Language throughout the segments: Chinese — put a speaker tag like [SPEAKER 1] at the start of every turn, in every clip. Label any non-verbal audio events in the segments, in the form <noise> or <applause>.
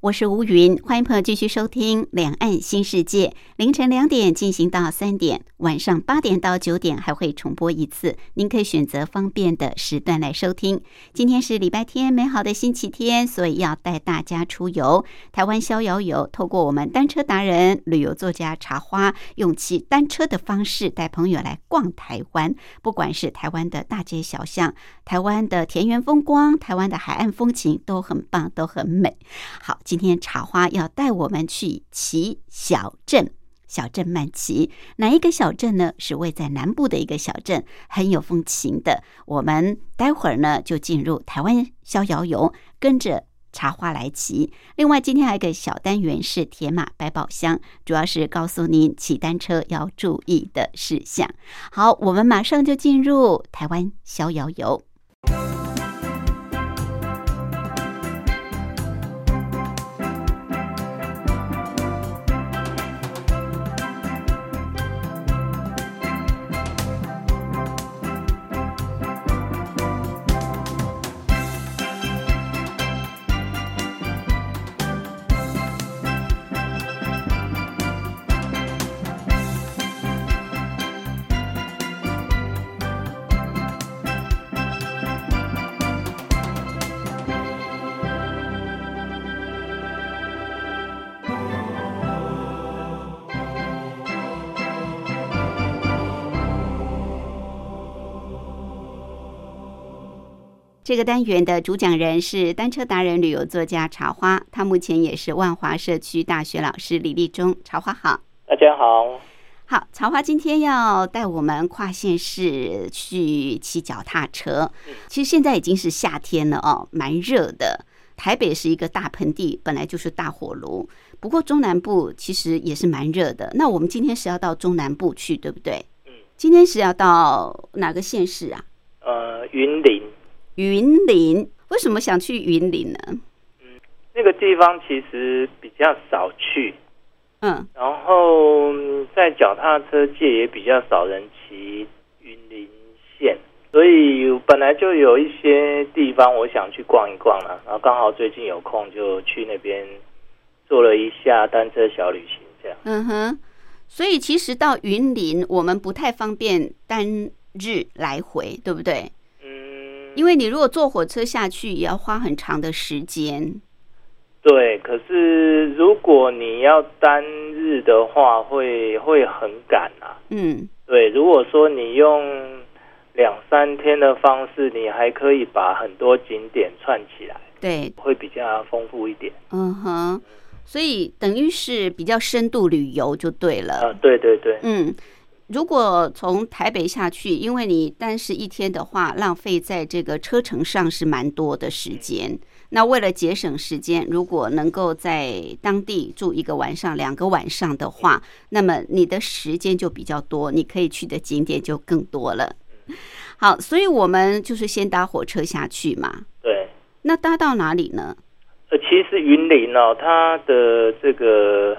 [SPEAKER 1] 我是吴云，欢迎朋友继续收听《两岸新世界》，凌晨两点进行到三点，晚上八点到九点还会重播一次，您可以选择方便的时段来收听。今天是礼拜天，美好的星期天，所以要带大家出游。台湾逍遥游透过我们单车达人、旅游作家茶花，用骑单车的方式带朋友来逛台湾，不管是台湾的大街小巷、台湾的田园风光、台湾的海岸风情，都很棒，都很美。好，今天茶花要带我们去骑小镇。小镇慢骑，哪一个小镇呢？是位在南部的一个小镇，很有风情的。我们待会儿呢就进入台湾逍遥游，跟着茶花来骑。另外，今天还有一个小单元是铁马百宝箱，主要是告诉您骑单车要注意的事项。好，我们马上就进入台湾逍遥游。这个单元的主讲人是单车达人、旅游作家茶花，他目前也是万华社区大学老师李立忠。茶花好，
[SPEAKER 2] 大家好，
[SPEAKER 1] 好，茶花今天要带我们跨县市去骑脚踏车。其实现在已经是夏天了哦，蛮热的。台北是一个大盆地，本来就是大火炉，不过中南部其实也是蛮热的。那我们今天是要到中南部去，对不对？
[SPEAKER 2] 嗯。
[SPEAKER 1] 今天是要到哪个县市啊？
[SPEAKER 2] 呃，云林
[SPEAKER 1] 云林。为什么想去云林呢？
[SPEAKER 2] 那个地方其实比较少去，
[SPEAKER 1] 嗯，
[SPEAKER 2] 然后嗯在脚踏车界也比较少人骑云林县，所以本来就有一些地方我想去逛一逛了、然后刚好最近有空就去那边做了一下单车小旅行，这样。
[SPEAKER 1] 嗯哼，所以其实到云林，我们不太方便单日来回，对不对？
[SPEAKER 2] 嗯，
[SPEAKER 1] 因为你如果坐火车下去，也要花很长的时间。
[SPEAKER 2] 对，可是如果你要单日的话，会会很赶啊。
[SPEAKER 1] 嗯
[SPEAKER 2] 对，如果说你用两三天的方式，你还可以把很多景点串起来，，
[SPEAKER 1] 对，
[SPEAKER 2] 会比较丰富一点。
[SPEAKER 1] 嗯哼，所以等于是比较深度旅游就对了。
[SPEAKER 2] 啊，对对对，
[SPEAKER 1] 嗯，如果从台北下去，因为你单是一天的话，浪费在这个车程上是蛮多的时
[SPEAKER 2] 嗯
[SPEAKER 1] 间。那为了节省时间，如果能够在当地住一个晚上、两个晚上的话，那么你的时间就比较多，你可以去的景点就更多了。
[SPEAKER 2] 嗯
[SPEAKER 1] 好，所以我们就是先搭火车下去嘛。
[SPEAKER 2] 对。
[SPEAKER 1] 那搭到哪里呢？
[SPEAKER 2] 呃，其实云林哦，它的这个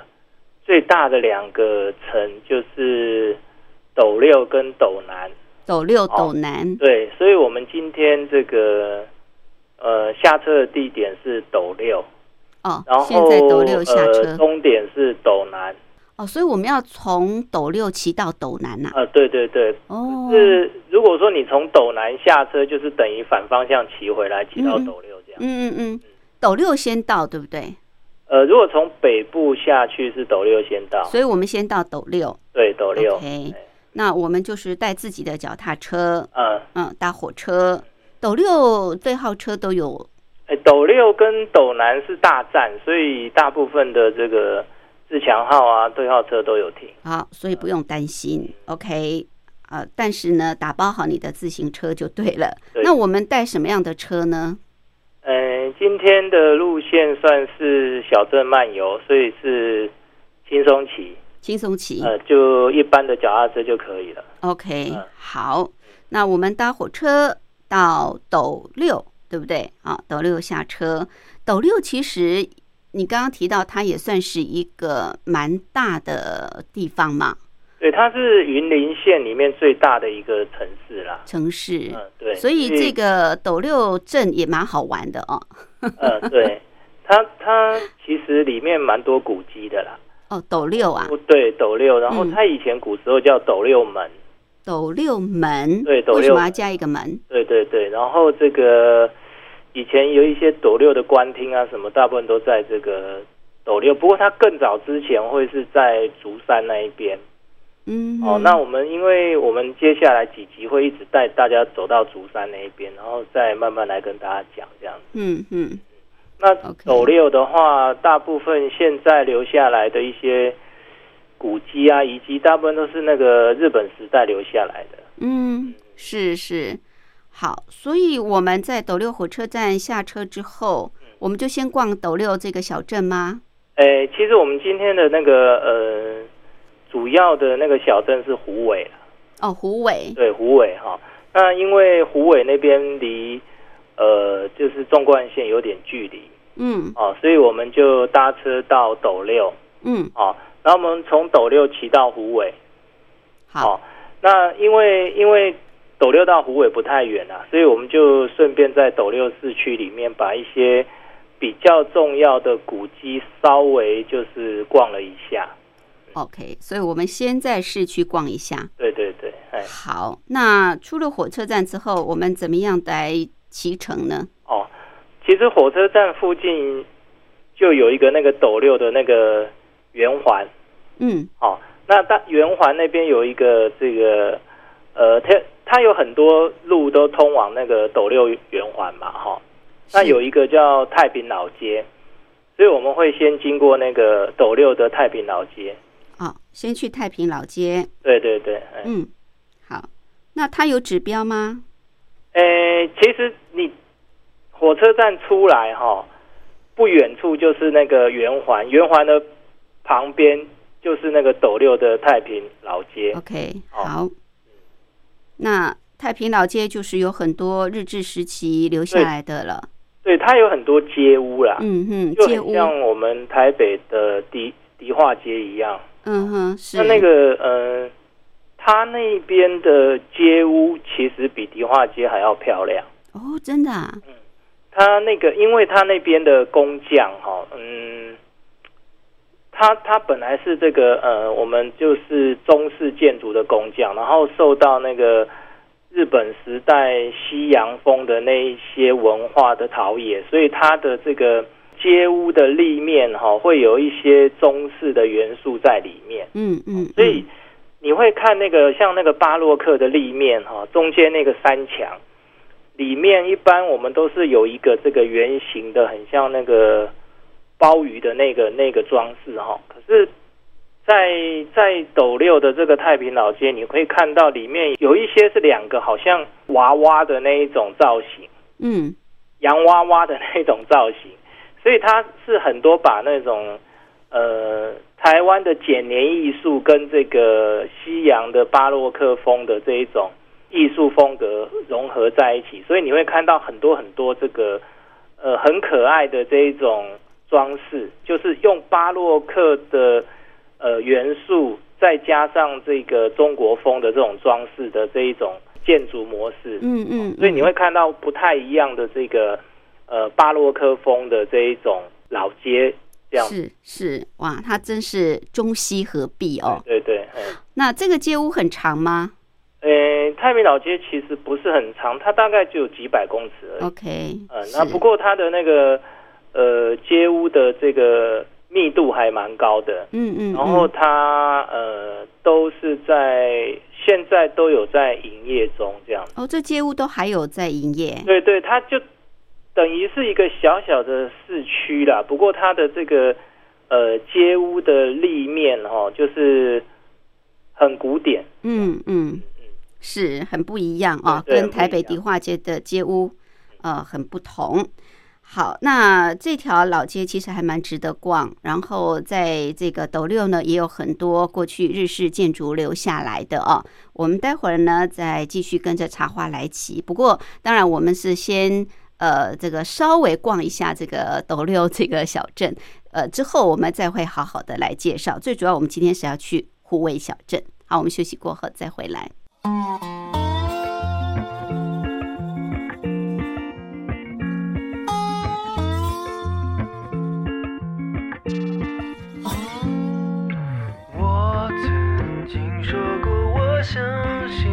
[SPEAKER 2] 最大的两个城就是斗六跟斗南，
[SPEAKER 1] 斗六、
[SPEAKER 2] 哦
[SPEAKER 1] 斗南。
[SPEAKER 2] 对，所以我们今天这个呃下车的地点是斗六，
[SPEAKER 1] 哦
[SPEAKER 2] 然，
[SPEAKER 1] 现
[SPEAKER 2] 后
[SPEAKER 1] 在斗六下
[SPEAKER 2] 呃
[SPEAKER 1] 车。
[SPEAKER 2] 终点是斗南，
[SPEAKER 1] 哦，所以我们要从斗六骑到斗南呐、
[SPEAKER 2] 啊、对对对，
[SPEAKER 1] 哦，
[SPEAKER 2] 是，如果说你从斗南下车，就是等于反方向骑回来，骑到
[SPEAKER 1] 嗯
[SPEAKER 2] 斗六这样。
[SPEAKER 1] 嗯嗯嗯，斗六先到，对不对？
[SPEAKER 2] 呃，如果从北部下去是斗六先到，
[SPEAKER 1] 所以我们先到斗六。
[SPEAKER 2] 对，斗六。
[SPEAKER 1] OK
[SPEAKER 2] 哎
[SPEAKER 1] 那我们就是带自己的脚踏车，
[SPEAKER 2] 嗯，
[SPEAKER 1] 嗯，搭火车。斗六对号车都有，
[SPEAKER 2] 哎，斗六跟斗南是大站，所以大部分的这个自强号啊、对号车都有停。
[SPEAKER 1] 好，所以不用担心。OK，呃，但是呢，打包好你的自行车就对了。
[SPEAKER 2] 对
[SPEAKER 1] 那我们带什么样的车呢？
[SPEAKER 2] 嗯，今天的路线算是小镇漫游，所以是轻松骑，
[SPEAKER 1] 轻松骑、
[SPEAKER 2] 呃，就一般的脚踏车就可以了。
[SPEAKER 1] o k
[SPEAKER 2] 嗯
[SPEAKER 1] 好，那我们搭火车到斗六，对不对？啊，斗六下车，斗六其实你刚刚提到它也算是一个蛮大的地方嘛，
[SPEAKER 2] 对，它是云林县里面最大的一个城市啦。
[SPEAKER 1] 城市。
[SPEAKER 2] 嗯，对。
[SPEAKER 1] 所以这个斗六镇也蛮好玩的哦。
[SPEAKER 2] 嗯，
[SPEAKER 1] <laughs>
[SPEAKER 2] 对，它它其实里面蛮多古迹的啦。
[SPEAKER 1] 哦，斗六啊，
[SPEAKER 2] 不对，斗六，然后
[SPEAKER 1] 嗯
[SPEAKER 2] 它以前古时候叫斗六门，
[SPEAKER 1] 斗六门，
[SPEAKER 2] 对斗六
[SPEAKER 1] 为什么要加一个门？
[SPEAKER 2] 对对对，然后这个以前有一些斗六的官厅啊，什么大部分都在这个斗六，不过它更早之前会是在竹山那一边。
[SPEAKER 1] 嗯，
[SPEAKER 2] 哦，那我们因为我们接下来几集会一直带大家走到竹山那一边，然后再慢慢来跟大家讲这样子。
[SPEAKER 1] 嗯嗯，
[SPEAKER 2] 那
[SPEAKER 1] OK
[SPEAKER 2] 斗六的话，大部分现在留下来的一些古迹啊、遗迹，大部分都是那个日本时代留下来的。
[SPEAKER 1] 嗯，是是，好，所以我们在斗六火车站下车之后，
[SPEAKER 2] 嗯
[SPEAKER 1] 我们就先逛斗六这个小镇吗？
[SPEAKER 2] 诶，其实我们今天的那个呃，主要的那个小镇是虎尾啦
[SPEAKER 1] 哦，虎尾，
[SPEAKER 2] 对，虎尾哈。那因为虎尾那边离呃就是纵贯线有点距离
[SPEAKER 1] 嗯
[SPEAKER 2] 哦，所以我们就搭车到斗六
[SPEAKER 1] 嗯，
[SPEAKER 2] 哦，然后我们从斗六骑到虎尾。
[SPEAKER 1] 好，
[SPEAKER 2] 哦，那因为因为斗六到虎尾不太远啊，所以我们就顺便在斗六市区里面把一些比较重要的古迹稍微就是逛了一下。
[SPEAKER 1] OK，所以我们先在市区逛一下。
[SPEAKER 2] 对对对，哎，
[SPEAKER 1] 好，那出了火车站之后，我们怎么样来骑乘呢？
[SPEAKER 2] 哦，其实火车站附近就有一个那个斗六的那个圆环，
[SPEAKER 1] 嗯
[SPEAKER 2] 哦，那大圆环那边有一个这个，呃，它它有很多路都通往那个斗六圆环嘛，哈、那
[SPEAKER 1] 是
[SPEAKER 2] 有一个叫太平老街，所以我们会先经过那个斗六的太平老街。
[SPEAKER 1] 哦，先去太平老街，
[SPEAKER 2] 对对对，哎
[SPEAKER 1] 嗯，好，那它有指标吗？
[SPEAKER 2] 诶、哎其实你火车站出来哈、不远处就是那个圆环，圆环的旁边就是那个斗六的太平老街。
[SPEAKER 1] OK，
[SPEAKER 2] 哦
[SPEAKER 1] 好。那太平老街就是有很多日治时期留下来的了。
[SPEAKER 2] 对，它有很多街屋啦，
[SPEAKER 1] 嗯哼，
[SPEAKER 2] 就
[SPEAKER 1] 街
[SPEAKER 2] 很
[SPEAKER 1] 屋，
[SPEAKER 2] 像我们台北的迪迪化街一样。
[SPEAKER 1] 嗯哼，是
[SPEAKER 2] 那那个呃，它那边的街屋其实比迪化街还要漂亮。
[SPEAKER 1] 哦，真的啊，
[SPEAKER 2] 他那个，因为他那边的工匠哈、嗯，他他本来是这个呃，我们就是中式建筑的工匠，然后受到那个日本时代西洋风的那一些文化的陶冶，所以他的这个街屋的立面哈、会有一些中式的元素在里面。
[SPEAKER 1] 嗯嗯，嗯
[SPEAKER 2] 所以你会看那个像那个巴洛克的立面哈、中间那个三墙里面，一般我们都是有一个这个圆形的，很像那个鲍鱼的那个那个装饰哈、可是在，在斗六的这个太平老街，你会看到里面有一些是两个好像娃娃的那一种造型。
[SPEAKER 1] 嗯
[SPEAKER 2] 洋娃娃的那种造型， <laughs> 所以它是很多把那种呃台湾的剪黏艺术跟这个西洋的巴洛克风的这一种艺术风格融合在一起，所以你会看到很多很多这个呃很可爱的这一种装饰，就是用巴洛克的呃元素，再加上这个中国风的这种装饰的这一种建筑模式，
[SPEAKER 1] 嗯嗯，
[SPEAKER 2] 哦所以你
[SPEAKER 1] 嗯
[SPEAKER 2] 会看到不太一样的这个呃巴洛克风的这一种老街这样。
[SPEAKER 1] 是是哇，它真是中西合璧哦。
[SPEAKER 2] 对对，嗯
[SPEAKER 1] 那这个街屋很长吗
[SPEAKER 2] 呃，太平老街其实不是很长，它大概只有几百公尺而已。
[SPEAKER 1] ？OK，
[SPEAKER 2] 嗯，
[SPEAKER 1] 是
[SPEAKER 2] 那不过它的那个呃街屋的这个密度还蛮高的，
[SPEAKER 1] 嗯嗯，
[SPEAKER 2] 然后
[SPEAKER 1] 嗯
[SPEAKER 2] 它呃都是在现在都有在营业中这样。
[SPEAKER 1] 哦，这街屋都还有在营业。
[SPEAKER 2] 对对，它就等于是一个小小的市区啦。不过它的这个呃街屋的立面哦，就是很古典，
[SPEAKER 1] 嗯嗯，是很不一样啊、
[SPEAKER 2] 对对
[SPEAKER 1] 跟
[SPEAKER 2] 很不
[SPEAKER 1] 台北
[SPEAKER 2] 一样
[SPEAKER 1] 迪化街的街屋呃很不同。好，那这条老街其实还蛮值得逛。然后在这个斗六呢，也有很多过去日式建筑留下来的哦。我们待会儿呢再继续跟着茶花来骑。不过，当然我们是先呃这个稍微逛一下这个斗六这个小镇，呃之后我们再会好好的来介绍。最主要我们今天是要去虎尾小镇。好，我们休息过后再回来。
[SPEAKER 3] 我曾经说过，我相信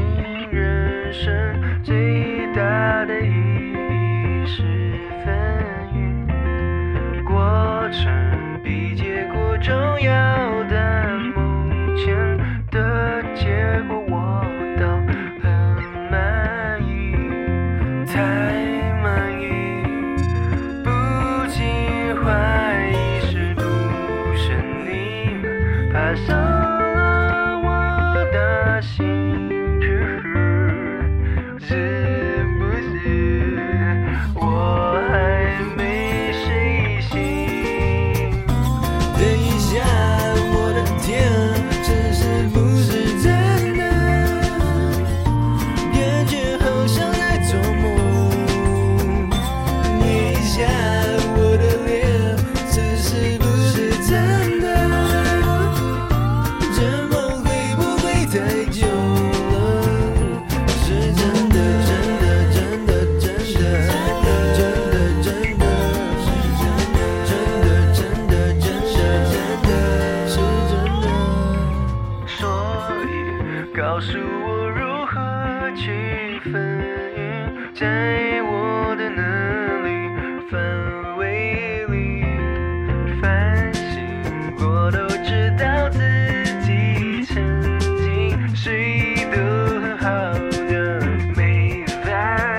[SPEAKER 3] 人生最大的意义是风雨，过程比结果重要，但目前的结果我倒很满意，太满意。不禁怀疑是不是你们爬上了我的心智，是不是我还没睡醒？等一下，我的天，这是不是真的？感觉好像在做梦。捏一下我的脸，这是不是真的？这梦会不会太久了？是真的，真的，真的，真的，真的，真的，真的，是真的，真的，真的，真的，真的，是真的。所以告诉我如何去分辨，在我的能力范围里反省，我都知道自己曾经谁都很好的没反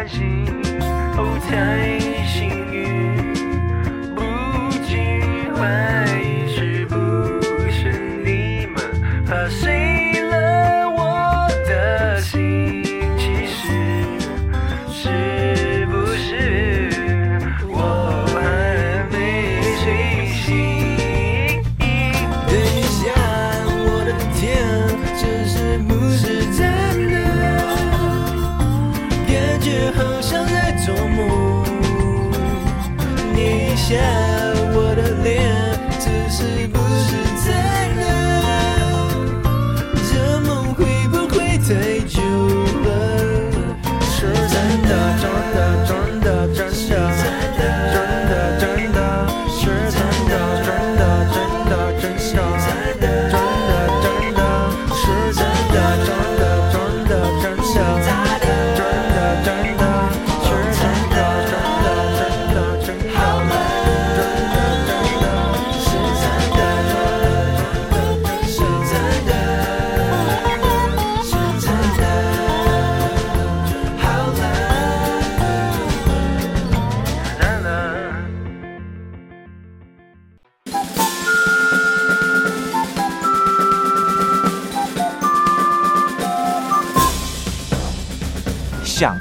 [SPEAKER 3] 省，哦，太幸运。不禁怀疑是不是你们和谁了我的心？其实是不是我还没睡醒？等一下，我的天，这是不是真的？感觉好像在做梦。捏一下我的脸，这是不是真的？这梦会不会太久了？是真的，真的，真的，真的，真的，真的，是真的，真的，真的，真的，真的，真的，是真的，真的，真的，真的，真的，真的，是真的，真的。
[SPEAKER 4] 想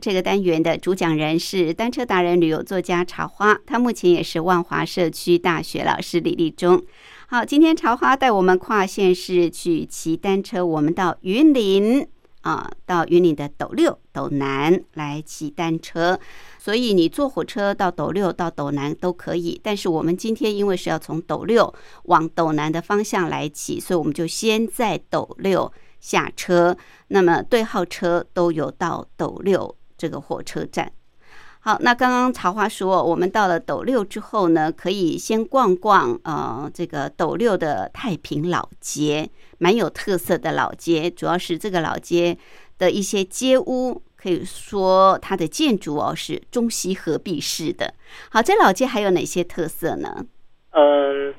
[SPEAKER 1] 这个单元的主讲人是单车达人、旅游作家茶花，他目前也是万华社区大学老师李立忠。好，今天茶花带我们跨县市去骑单车，我们到云林啊，到云林的斗六、斗南来骑单车。所以你坐火车到斗六、到斗南都可以，但是我们今天因为是要从斗六往斗南的方向来骑，所以我们就先在斗六下车，那么对号车都有到斗六这个火车站。好，那刚刚茶花说，我们到了斗六之后呢，可以先逛逛呃这个斗六的太平老街，蛮有特色的老街，主要是这个老街的一些街屋，可以说它的建筑哦是中西合璧式的。好，这老街还有哪些特色呢？
[SPEAKER 2] 嗯，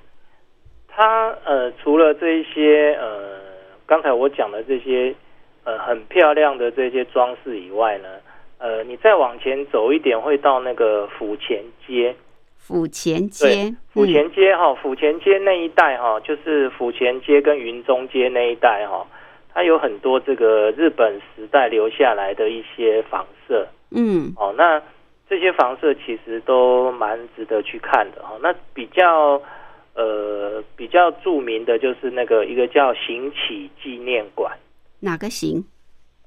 [SPEAKER 2] 它呃，除了这一些呃，刚才我讲的这些呃很漂亮的这些装饰以外呢，呃，你再往前走一点，会到那个府前街。
[SPEAKER 1] 府前
[SPEAKER 2] 对
[SPEAKER 1] 街，，
[SPEAKER 2] 府
[SPEAKER 1] 嗯
[SPEAKER 2] 前街哈、府前街那一带哈、就是府前街跟云中街那一带哈、它有很多这个日本时代留下来的一些房舍。
[SPEAKER 1] 嗯
[SPEAKER 2] 哦，那这些房舍其实都蛮值得去看的哦。那比较呃比较著名的就是那个一个叫行乞纪念馆，
[SPEAKER 1] 哪个行？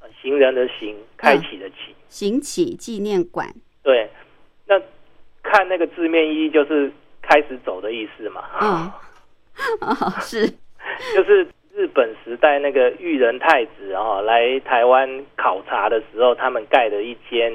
[SPEAKER 2] 呃行人的行，开启的启，
[SPEAKER 1] 行乞纪念馆。
[SPEAKER 2] 对。那看那个字面意义就是开始走的意思嘛，
[SPEAKER 1] 嗯，
[SPEAKER 2] 啊
[SPEAKER 1] <laughs> 哦，是，
[SPEAKER 2] 就是日本时代那个裕仁太子哦来台湾考察的时候，他们盖的一间。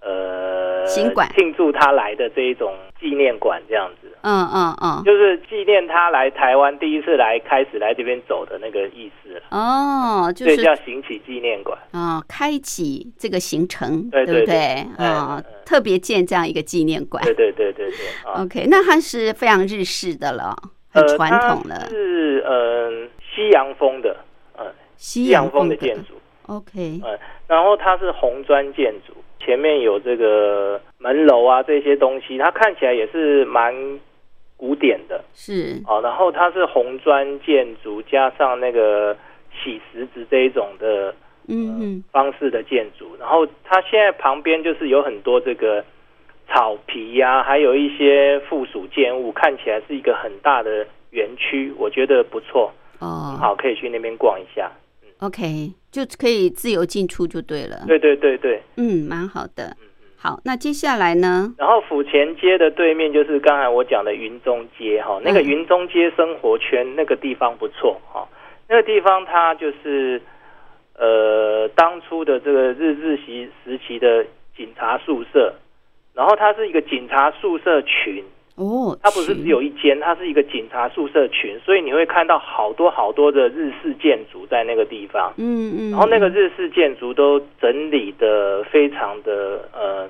[SPEAKER 2] 呃，
[SPEAKER 1] 行馆
[SPEAKER 2] 庆祝他来的这一种纪念馆这样子，
[SPEAKER 1] 嗯嗯嗯，
[SPEAKER 2] 就是纪念他来台湾第一次来，开始来这边走的那个意思了，
[SPEAKER 1] 哦，就
[SPEAKER 2] 所以
[SPEAKER 1] 是
[SPEAKER 2] 叫行乞纪念馆。
[SPEAKER 1] 哦，开启这个行程，
[SPEAKER 2] 对
[SPEAKER 1] 不
[SPEAKER 2] 对
[SPEAKER 1] 对
[SPEAKER 2] 对？
[SPEAKER 1] 啊、
[SPEAKER 2] 嗯嗯
[SPEAKER 1] 特别建这样一个纪念馆。
[SPEAKER 2] 对对对对对，啊，
[SPEAKER 1] OK，那它是非常日式的了，嗯很传统
[SPEAKER 2] 呃它
[SPEAKER 1] 了，
[SPEAKER 2] 是嗯、西洋风的，嗯，
[SPEAKER 1] 西
[SPEAKER 2] 洋
[SPEAKER 1] 风
[SPEAKER 2] 的建筑，
[SPEAKER 1] OK，
[SPEAKER 2] 嗯，然后它是红砖建筑，前面有这个门楼啊这些东西，它看起来也是蛮古典的
[SPEAKER 1] 是
[SPEAKER 2] 哦。然后它是红砖建筑加上那个洗石子这一种的呃
[SPEAKER 1] 嗯哼，
[SPEAKER 2] 方式的建筑，然后它现在旁边就是有很多这个草皮呀、还有一些附属建物，看起来是一个很大的园区，我觉得不错，
[SPEAKER 1] 哦，
[SPEAKER 2] 嗯好，可以去那边逛一下。
[SPEAKER 1] o k 就可以自由进出就对了。
[SPEAKER 2] 对对对对，
[SPEAKER 1] 嗯，蛮好的。好，那接下来呢？
[SPEAKER 2] 然后府前街的对面就是刚才我讲的云中街哈，那个
[SPEAKER 1] 嗯
[SPEAKER 2] 云中街生活圈那个地方不错哈，那个地方它就是呃当初的这个日治时时期的警察宿舍，然后它是一个警察宿舍群，
[SPEAKER 1] 哦，
[SPEAKER 2] 它不是
[SPEAKER 1] 去
[SPEAKER 2] 只有一间，它是一个警察宿舍群，所以你会看到好多好多的日式建筑在那个地方。
[SPEAKER 1] 嗯嗯，
[SPEAKER 2] 然后那个日式建筑都整理的非常的呃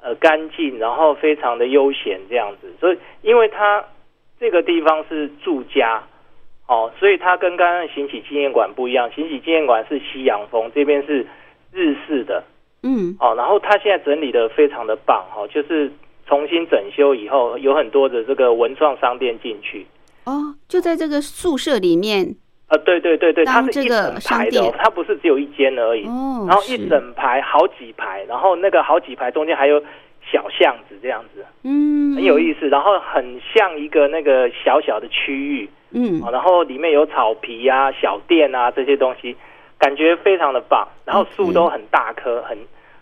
[SPEAKER 2] 呃干净，然后非常的悠闲这样子，所以因为它这个地方是住家哦，所以它跟刚刚的行乞纪念馆不一样，行乞纪念馆是西洋风，这边是日式的
[SPEAKER 1] 嗯
[SPEAKER 2] 哦，然后它现在整理的非常的棒哦，就是重新整修以后，有很多的这个文创商店进去。
[SPEAKER 1] 哦，就在这个宿舍里面
[SPEAKER 2] 啊，对对对对，它
[SPEAKER 1] 当
[SPEAKER 2] 是一
[SPEAKER 1] 这个
[SPEAKER 2] 整排的
[SPEAKER 1] 商
[SPEAKER 2] 哦、
[SPEAKER 1] 店
[SPEAKER 2] 它不是只有一间而已，
[SPEAKER 1] 哦，
[SPEAKER 2] 然后一
[SPEAKER 1] 是
[SPEAKER 2] 整排好几排，然后那个好几排中间还有小巷子这样子，
[SPEAKER 1] 嗯
[SPEAKER 2] 很有意思。然后很像一个那个小小的区域，
[SPEAKER 1] 嗯
[SPEAKER 2] 啊，然后里面有草皮啊、小店啊这些东西，感觉非常的棒。然后树
[SPEAKER 1] OK
[SPEAKER 2] 都很大棵，很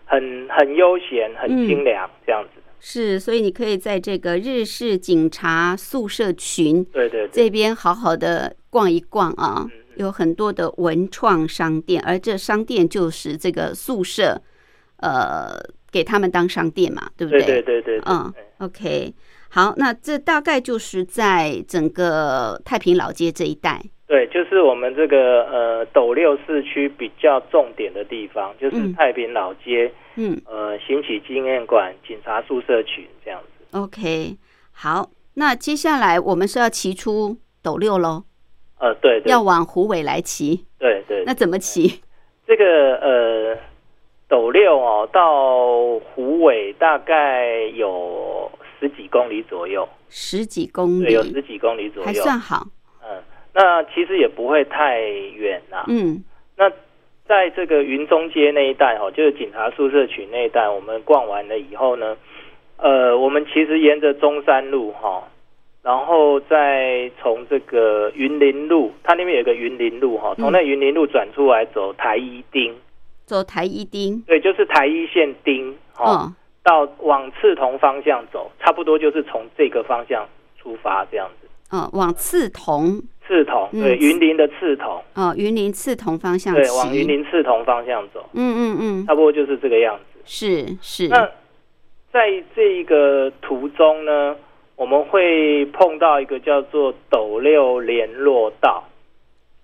[SPEAKER 2] 很很悠闲，很清凉、这样子。
[SPEAKER 1] 是，所以你可以在这个日式警察宿舍群
[SPEAKER 2] 对对对，
[SPEAKER 1] 这边好好的逛一逛
[SPEAKER 2] 嗯
[SPEAKER 1] 啊，有很多的文创商店，而这商店就是这个宿舍，呃，给他们当商店嘛，对不
[SPEAKER 2] 对对对对，
[SPEAKER 1] 嗯
[SPEAKER 2] 对
[SPEAKER 1] ，OK，好，那这大概就是在整个太平老街这一带，
[SPEAKER 2] 对，就是我们这个呃斗六市区比较重点的地方，就是
[SPEAKER 1] 嗯
[SPEAKER 2] 太平老街、
[SPEAKER 1] 嗯
[SPEAKER 2] 呃行乞纪念馆、警察宿舍群这样子。
[SPEAKER 1] ，OK，好，那接下来我们是要骑出斗六喽，
[SPEAKER 2] 呃，对对
[SPEAKER 1] 要往虎尾来骑，
[SPEAKER 2] 对对，
[SPEAKER 1] 那怎么骑？
[SPEAKER 2] 这个呃斗六哦，到虎尾大概有十几公里左右，
[SPEAKER 1] 十几公
[SPEAKER 2] 对，
[SPEAKER 1] 里
[SPEAKER 2] 有，十几公里左
[SPEAKER 1] 嗯还
[SPEAKER 2] 右，
[SPEAKER 1] 算好，
[SPEAKER 2] 嗯，那其实也不会太远啊啦、
[SPEAKER 1] 嗯。
[SPEAKER 2] 那在这个云中街那一带哦，就是警察宿舍群那一带，我们逛完了以后呢，呃，我们其实沿着中山路哈、然后再从这个云林路，它那边有一个云林路哈、
[SPEAKER 1] 嗯
[SPEAKER 2] 从那云林路转出来走台一町，
[SPEAKER 1] 走台一丁，
[SPEAKER 2] 对，就是台一线町哈、哦
[SPEAKER 1] 哦，
[SPEAKER 2] 到往赤铜方向走，差不多就是从这个方向出发这样子。
[SPEAKER 1] 嗯哦，往刺桐
[SPEAKER 2] 刺桐，
[SPEAKER 1] 嗯
[SPEAKER 2] 对，云林的刺桐，
[SPEAKER 1] 哦，云林刺桐方向
[SPEAKER 2] 对，往云
[SPEAKER 1] 骑，
[SPEAKER 2] 林刺桐方向走，
[SPEAKER 1] 嗯嗯嗯，
[SPEAKER 2] 差不多就是这个样子。
[SPEAKER 1] 是是，
[SPEAKER 2] 那在这一个途中呢，我们会碰到一个叫做斗六联络道，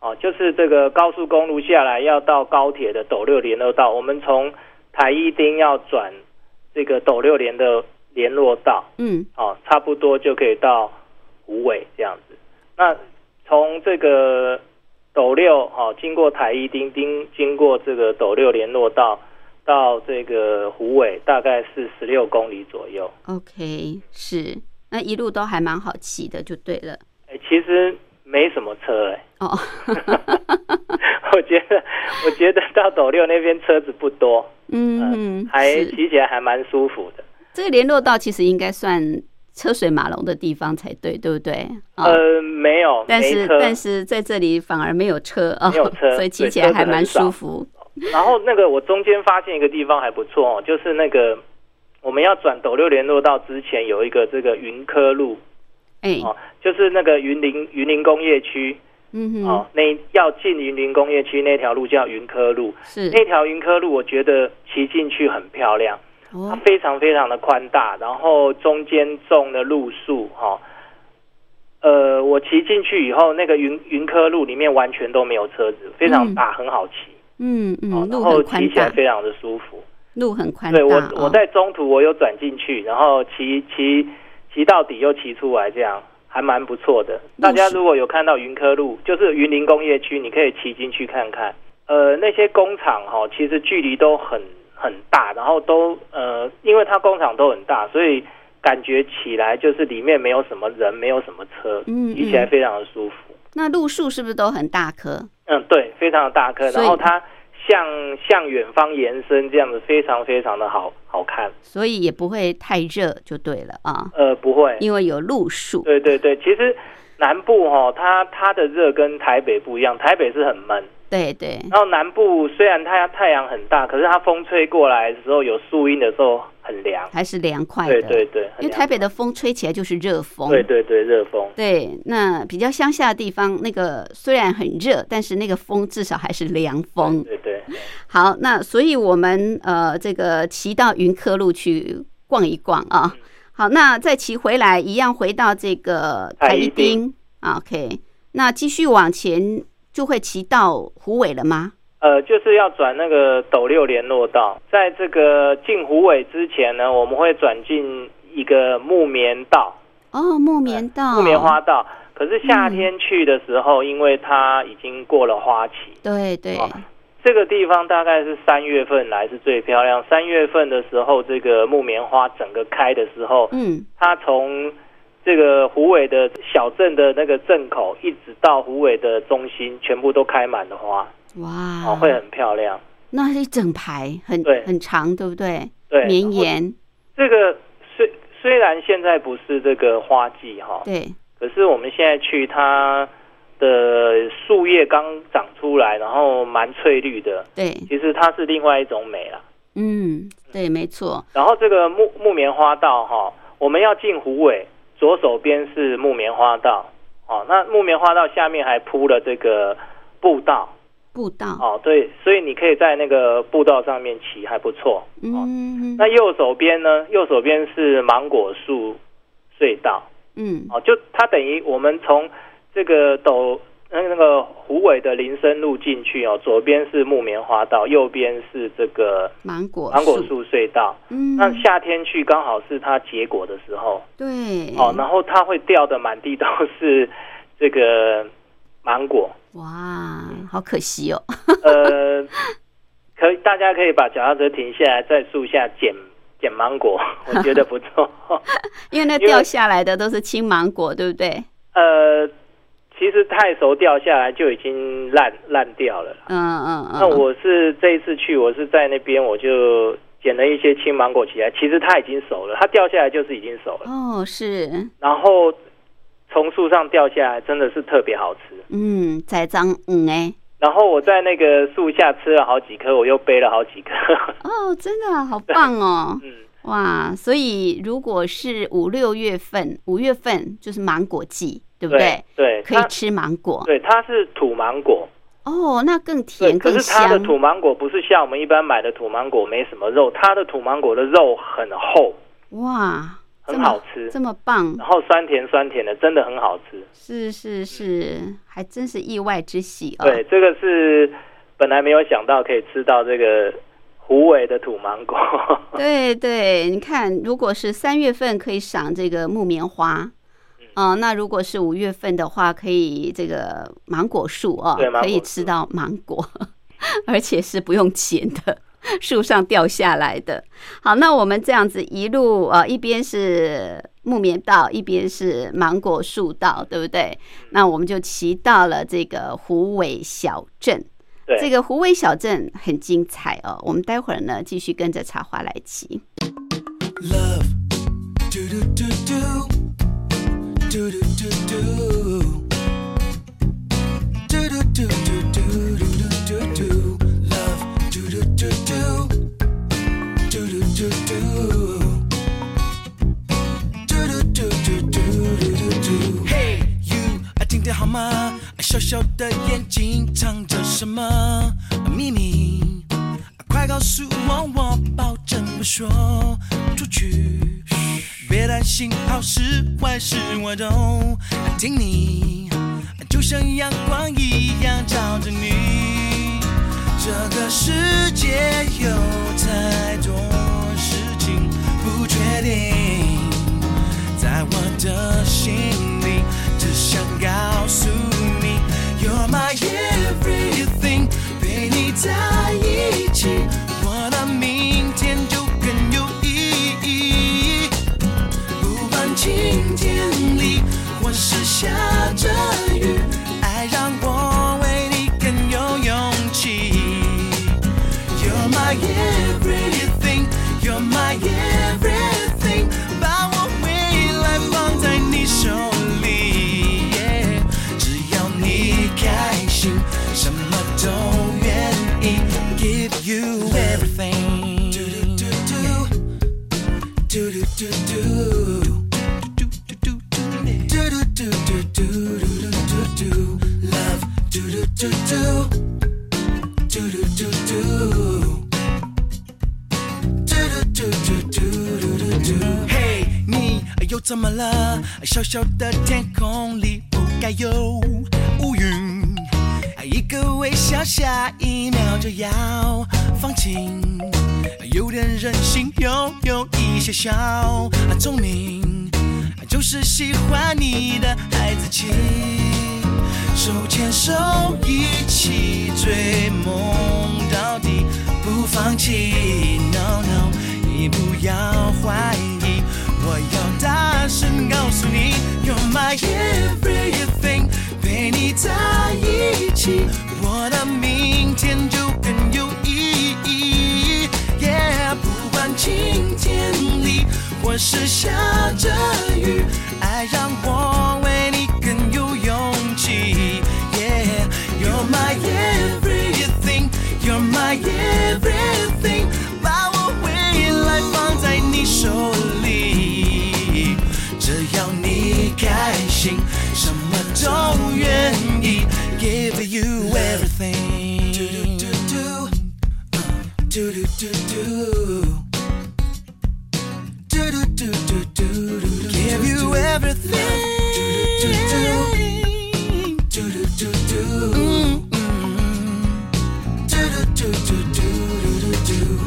[SPEAKER 2] 哦，就是这个高速公路下来要到高铁的斗六联络道，我们从台一町要转这个斗六联的联络道，
[SPEAKER 1] 嗯
[SPEAKER 2] 哦，差不多就可以到虎尾这样子。那从这个斗六哦，经过台一町，经经过这个斗六联络道到这个虎尾，大概是十六公里左右。
[SPEAKER 1] ，OK，是，那一路都还蛮好骑的，就对了。
[SPEAKER 2] 哎，其实没什么车哎， <laughs>
[SPEAKER 1] 哦，
[SPEAKER 2] 我觉
[SPEAKER 1] <laughs>
[SPEAKER 2] 得我觉得到斗六那边车子不多，呃
[SPEAKER 1] 嗯，
[SPEAKER 2] 还
[SPEAKER 1] 是
[SPEAKER 2] 骑起来还蛮舒服的。
[SPEAKER 1] 这个联络道其实应该算车水马龙的地方才对，对不对？啊、
[SPEAKER 2] 呃，没有，
[SPEAKER 1] 但是
[SPEAKER 2] 没车。
[SPEAKER 1] 但是在这里反而没有车哦，
[SPEAKER 2] 没有车
[SPEAKER 1] 所以骑
[SPEAKER 2] 对
[SPEAKER 1] 起来
[SPEAKER 2] 车
[SPEAKER 1] 还
[SPEAKER 2] 子
[SPEAKER 1] 蛮
[SPEAKER 2] 很少
[SPEAKER 1] 舒服。
[SPEAKER 2] 然后那个我中间发现一个地方还不错哦，就是那个我们要转斗六联络道之前有一个这个云科路
[SPEAKER 1] 哎、
[SPEAKER 2] 哦，就是那个云林云林工业区
[SPEAKER 1] 嗯哼，
[SPEAKER 2] 哦，那要进云林工业区那条路叫云科路，
[SPEAKER 1] 是
[SPEAKER 2] 那条云科路我觉得骑进去很漂亮，它
[SPEAKER 1] 哦，
[SPEAKER 2] 非常非常的宽大，然后中间种的路树哈、哦。呃，我骑进去以后，那个云云科路里面完全都没有车子，非常
[SPEAKER 1] 嗯
[SPEAKER 2] 大，很好骑，
[SPEAKER 1] 嗯
[SPEAKER 2] 哦
[SPEAKER 1] 嗯，
[SPEAKER 2] 然
[SPEAKER 1] 路
[SPEAKER 2] 后
[SPEAKER 1] 很
[SPEAKER 2] 骑
[SPEAKER 1] 宽
[SPEAKER 2] 起来
[SPEAKER 1] 大，
[SPEAKER 2] 非常的舒服。
[SPEAKER 1] 路很宽大。
[SPEAKER 2] 对我，我
[SPEAKER 1] 哦
[SPEAKER 2] 在中途我有转进去，然后骑骑骑到底又骑出来，这样还蛮不错的。
[SPEAKER 1] 路
[SPEAKER 2] 大家
[SPEAKER 1] 是
[SPEAKER 2] 如果有看到云科路，就是云林工业区，你可以骑进去看看。呃，那些工厂哈、哦，其实距离都很很大，然后都呃，因为它工厂都很大，所以感觉起来就是里面没有什么人，没有什么车，
[SPEAKER 1] 嗯
[SPEAKER 2] 骑起来
[SPEAKER 1] 嗯
[SPEAKER 2] 非常的舒服。
[SPEAKER 1] 那路数是不是都很大棵？
[SPEAKER 2] 嗯，对，非常的大颗，
[SPEAKER 1] 所以
[SPEAKER 2] 然后它向向远方延伸，这样子非常非常的好好看。
[SPEAKER 1] 所以也不会太热，就对了啊，
[SPEAKER 2] 呃，不会，
[SPEAKER 1] 因为有路数。
[SPEAKER 2] 对对对，其实南部哈、哦，它它的热跟台北不一样，台北是很闷，
[SPEAKER 1] 对对，
[SPEAKER 2] 然后南部虽然太太阳很大，可是它风吹过来的时候有树荫的时候很凉。
[SPEAKER 1] 还是凉快的。
[SPEAKER 2] 对对对，很
[SPEAKER 1] 因为台
[SPEAKER 2] 凉。
[SPEAKER 1] 北的风吹起来就是热风。
[SPEAKER 2] 对对对，热风。
[SPEAKER 1] 对，那比较乡下的地方，那个虽然很热，但是那个风至少还是凉风。
[SPEAKER 2] 对对，
[SPEAKER 1] 好，那所以我们呃，这个骑到云科路去逛一逛啊。
[SPEAKER 2] 嗯
[SPEAKER 1] 好，那再骑回来，一样回到这个
[SPEAKER 2] 太
[SPEAKER 1] 台
[SPEAKER 2] 一
[SPEAKER 1] 一
[SPEAKER 2] 町
[SPEAKER 1] 町。OK，那继续往前就会骑到虎尾了吗？
[SPEAKER 2] 呃，就是要转那个斗六联络道，在这个进虎尾之前呢，我们会转进一个木棉道。
[SPEAKER 1] 哦，嗯木棉道，
[SPEAKER 2] 嗯木棉花，道。可是夏天去的时候，因为它已经过了花期，
[SPEAKER 1] 对对，
[SPEAKER 2] 哦这个地方大概是三月份来是最漂亮。三月份的时候，这个木棉花整个开的时候，
[SPEAKER 1] 嗯，
[SPEAKER 2] 它从这个虎尾的小镇的那个镇口，一直到虎尾的中心，全部都开满了花，
[SPEAKER 1] 哇，
[SPEAKER 2] 哦，会很漂亮。
[SPEAKER 1] 那是一整排，很
[SPEAKER 2] 对
[SPEAKER 1] 很长，对不对？
[SPEAKER 2] 对，哦
[SPEAKER 1] 绵延，
[SPEAKER 2] 这个虽虽然现在不是这个花季哈，
[SPEAKER 1] 对，
[SPEAKER 2] 可是我们现在去它的树叶刚长出来，然后蛮翠绿的，
[SPEAKER 1] 对，
[SPEAKER 2] 其实它是另外一种美啦。
[SPEAKER 1] 嗯，对，没错，
[SPEAKER 2] 然后这个木木棉花道哈、我们要进虎尾，左手边是木棉花道，哦，那木棉花道下面还铺了这个步道，
[SPEAKER 1] 步道，
[SPEAKER 2] 哦，对，所以你可以在那个步道上面骑，还不错。哦，
[SPEAKER 1] 嗯
[SPEAKER 2] 那右手边呢？右手边是芒果树隧道，
[SPEAKER 1] 嗯，
[SPEAKER 2] 哦，就它等于我们从这个斗那那个虎尾的林森路进去哦，左边是木棉花道，右边是这个
[SPEAKER 1] 芒果
[SPEAKER 2] 芒果，树隧道。
[SPEAKER 1] 嗯，
[SPEAKER 2] 那夏天去刚好是它结果的时候
[SPEAKER 1] 对，
[SPEAKER 2] 哦，然后它会掉的满地都是这个芒果，
[SPEAKER 1] 哇，
[SPEAKER 2] 嗯
[SPEAKER 1] 好可惜哦， <laughs>
[SPEAKER 2] 呃，可以大家可以把脚踏车停下来，在树下捡捡芒果，我觉得不错。 <laughs>
[SPEAKER 1] 因为那
[SPEAKER 2] 因为
[SPEAKER 1] 掉下来的都是青芒果，对不对？
[SPEAKER 2] 呃，其实太熟掉下来就已经烂烂掉了啦。
[SPEAKER 1] 嗯嗯嗯，
[SPEAKER 2] 那我是这一次去，我是在那边我就捡了一些青芒果起来，其实它已经熟了，它掉下来就是已经熟了，
[SPEAKER 1] 哦是，
[SPEAKER 2] 然后从树上掉下来真的是特别好吃。
[SPEAKER 1] 嗯，栽赃嗯哎，
[SPEAKER 2] 然后我在那个树下吃了好几颗，我又背了好几颗。，
[SPEAKER 1] 哦，真的啊好棒哦
[SPEAKER 2] 嗯，
[SPEAKER 1] 哇，所以如果是五六月份，五月份就是芒果季， <laughs> 对不对？
[SPEAKER 2] 对，
[SPEAKER 1] 可以
[SPEAKER 2] 它
[SPEAKER 1] 吃芒果
[SPEAKER 2] 对，它是土芒果，
[SPEAKER 1] 哦，那更
[SPEAKER 2] 对，
[SPEAKER 1] 甜
[SPEAKER 2] 可
[SPEAKER 1] 更
[SPEAKER 2] 是它的
[SPEAKER 1] 香。
[SPEAKER 2] 土芒果不是像我们一般买的土芒果没什么肉，它的土芒果的肉很厚，
[SPEAKER 1] 哇，这
[SPEAKER 2] 很
[SPEAKER 1] 么
[SPEAKER 2] 好吃，嗯
[SPEAKER 1] 这么棒，
[SPEAKER 2] 然后酸甜酸甜的，真的很好吃。
[SPEAKER 1] 是是是，还真是意外之喜哦。
[SPEAKER 2] 对，这个是本来没有想到可以吃到这个虎尾的土芒果， <laughs>
[SPEAKER 1] 对对，你看，如果是三月份可以赏这个木棉花，嗯、那如果是五月份的话，可以这个芒果树哦
[SPEAKER 2] 对，芒
[SPEAKER 1] 可以
[SPEAKER 2] 果
[SPEAKER 1] 吃
[SPEAKER 2] 树
[SPEAKER 1] 到芒果， <laughs> 而且是不用钱的。树上掉下来的。好，那我们这样子一路呃，一边是木棉道，一边是芒果树道，对不对？
[SPEAKER 2] 嗯
[SPEAKER 1] 那我们就骑到了这个虎尾小镇。
[SPEAKER 2] 对
[SPEAKER 1] 这个虎尾小镇很精彩哦。我们待会儿呢，继续跟着茶花来骑。
[SPEAKER 3] Love. Do do do do. Do do do do. Do do do do do do do do do. Love. Do do do do. Do do do do. Do do do do do do do do. Hey you，爱听听好吗？爱小小的眼睛藏着什么秘密？快告诉我，我保证不说出去。别担心，好事坏事我都听你，就像阳光一样照着你。这个世界有太多事情不确定。在我的心里，只想告诉你，You're my everything，陪你在一起，我的明天就更有意义。不管晴天里或是下着雨，爱让我为你更有勇气。You're my everything, you're my everything，把我未来放在你手里，yeah，只要你开心，什么都愿意，give you everything。Do do do do do do do do. Do do do do do do do do love do do do do do do do do do do do do do do do。嘿，你又怎么了？小小的天空里不该有乌云，哎一个微笑下一秒就要放晴，哎有点任性又有一些小聪明，哎就是喜欢你的孩子气。手牵手一起追梦到底，不放弃。No No，你不要怀疑，我要大声告诉你，You're my everything，陪你在一起，我的明天就更有意义。Yeah，不管晴天里或是下着雨，爱让我为你更有勇气。Yeah，You're my everything，You're my everything，把我未来放在你手里，只要你开心，什么都愿意，Give you everything。Do do do do do do do do do do do do do give you everything do do do do do do do do do do do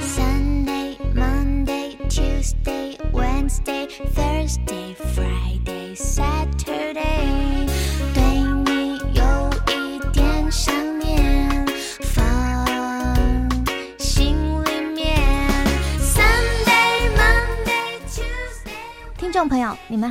[SPEAKER 5] Sunday, Monday, Tuesday, Wednesday, Thursday, Friday, Saturday。对你有一点想念，放心里面。Sunday, Monday, Tuesday。
[SPEAKER 6] 听众朋友，你们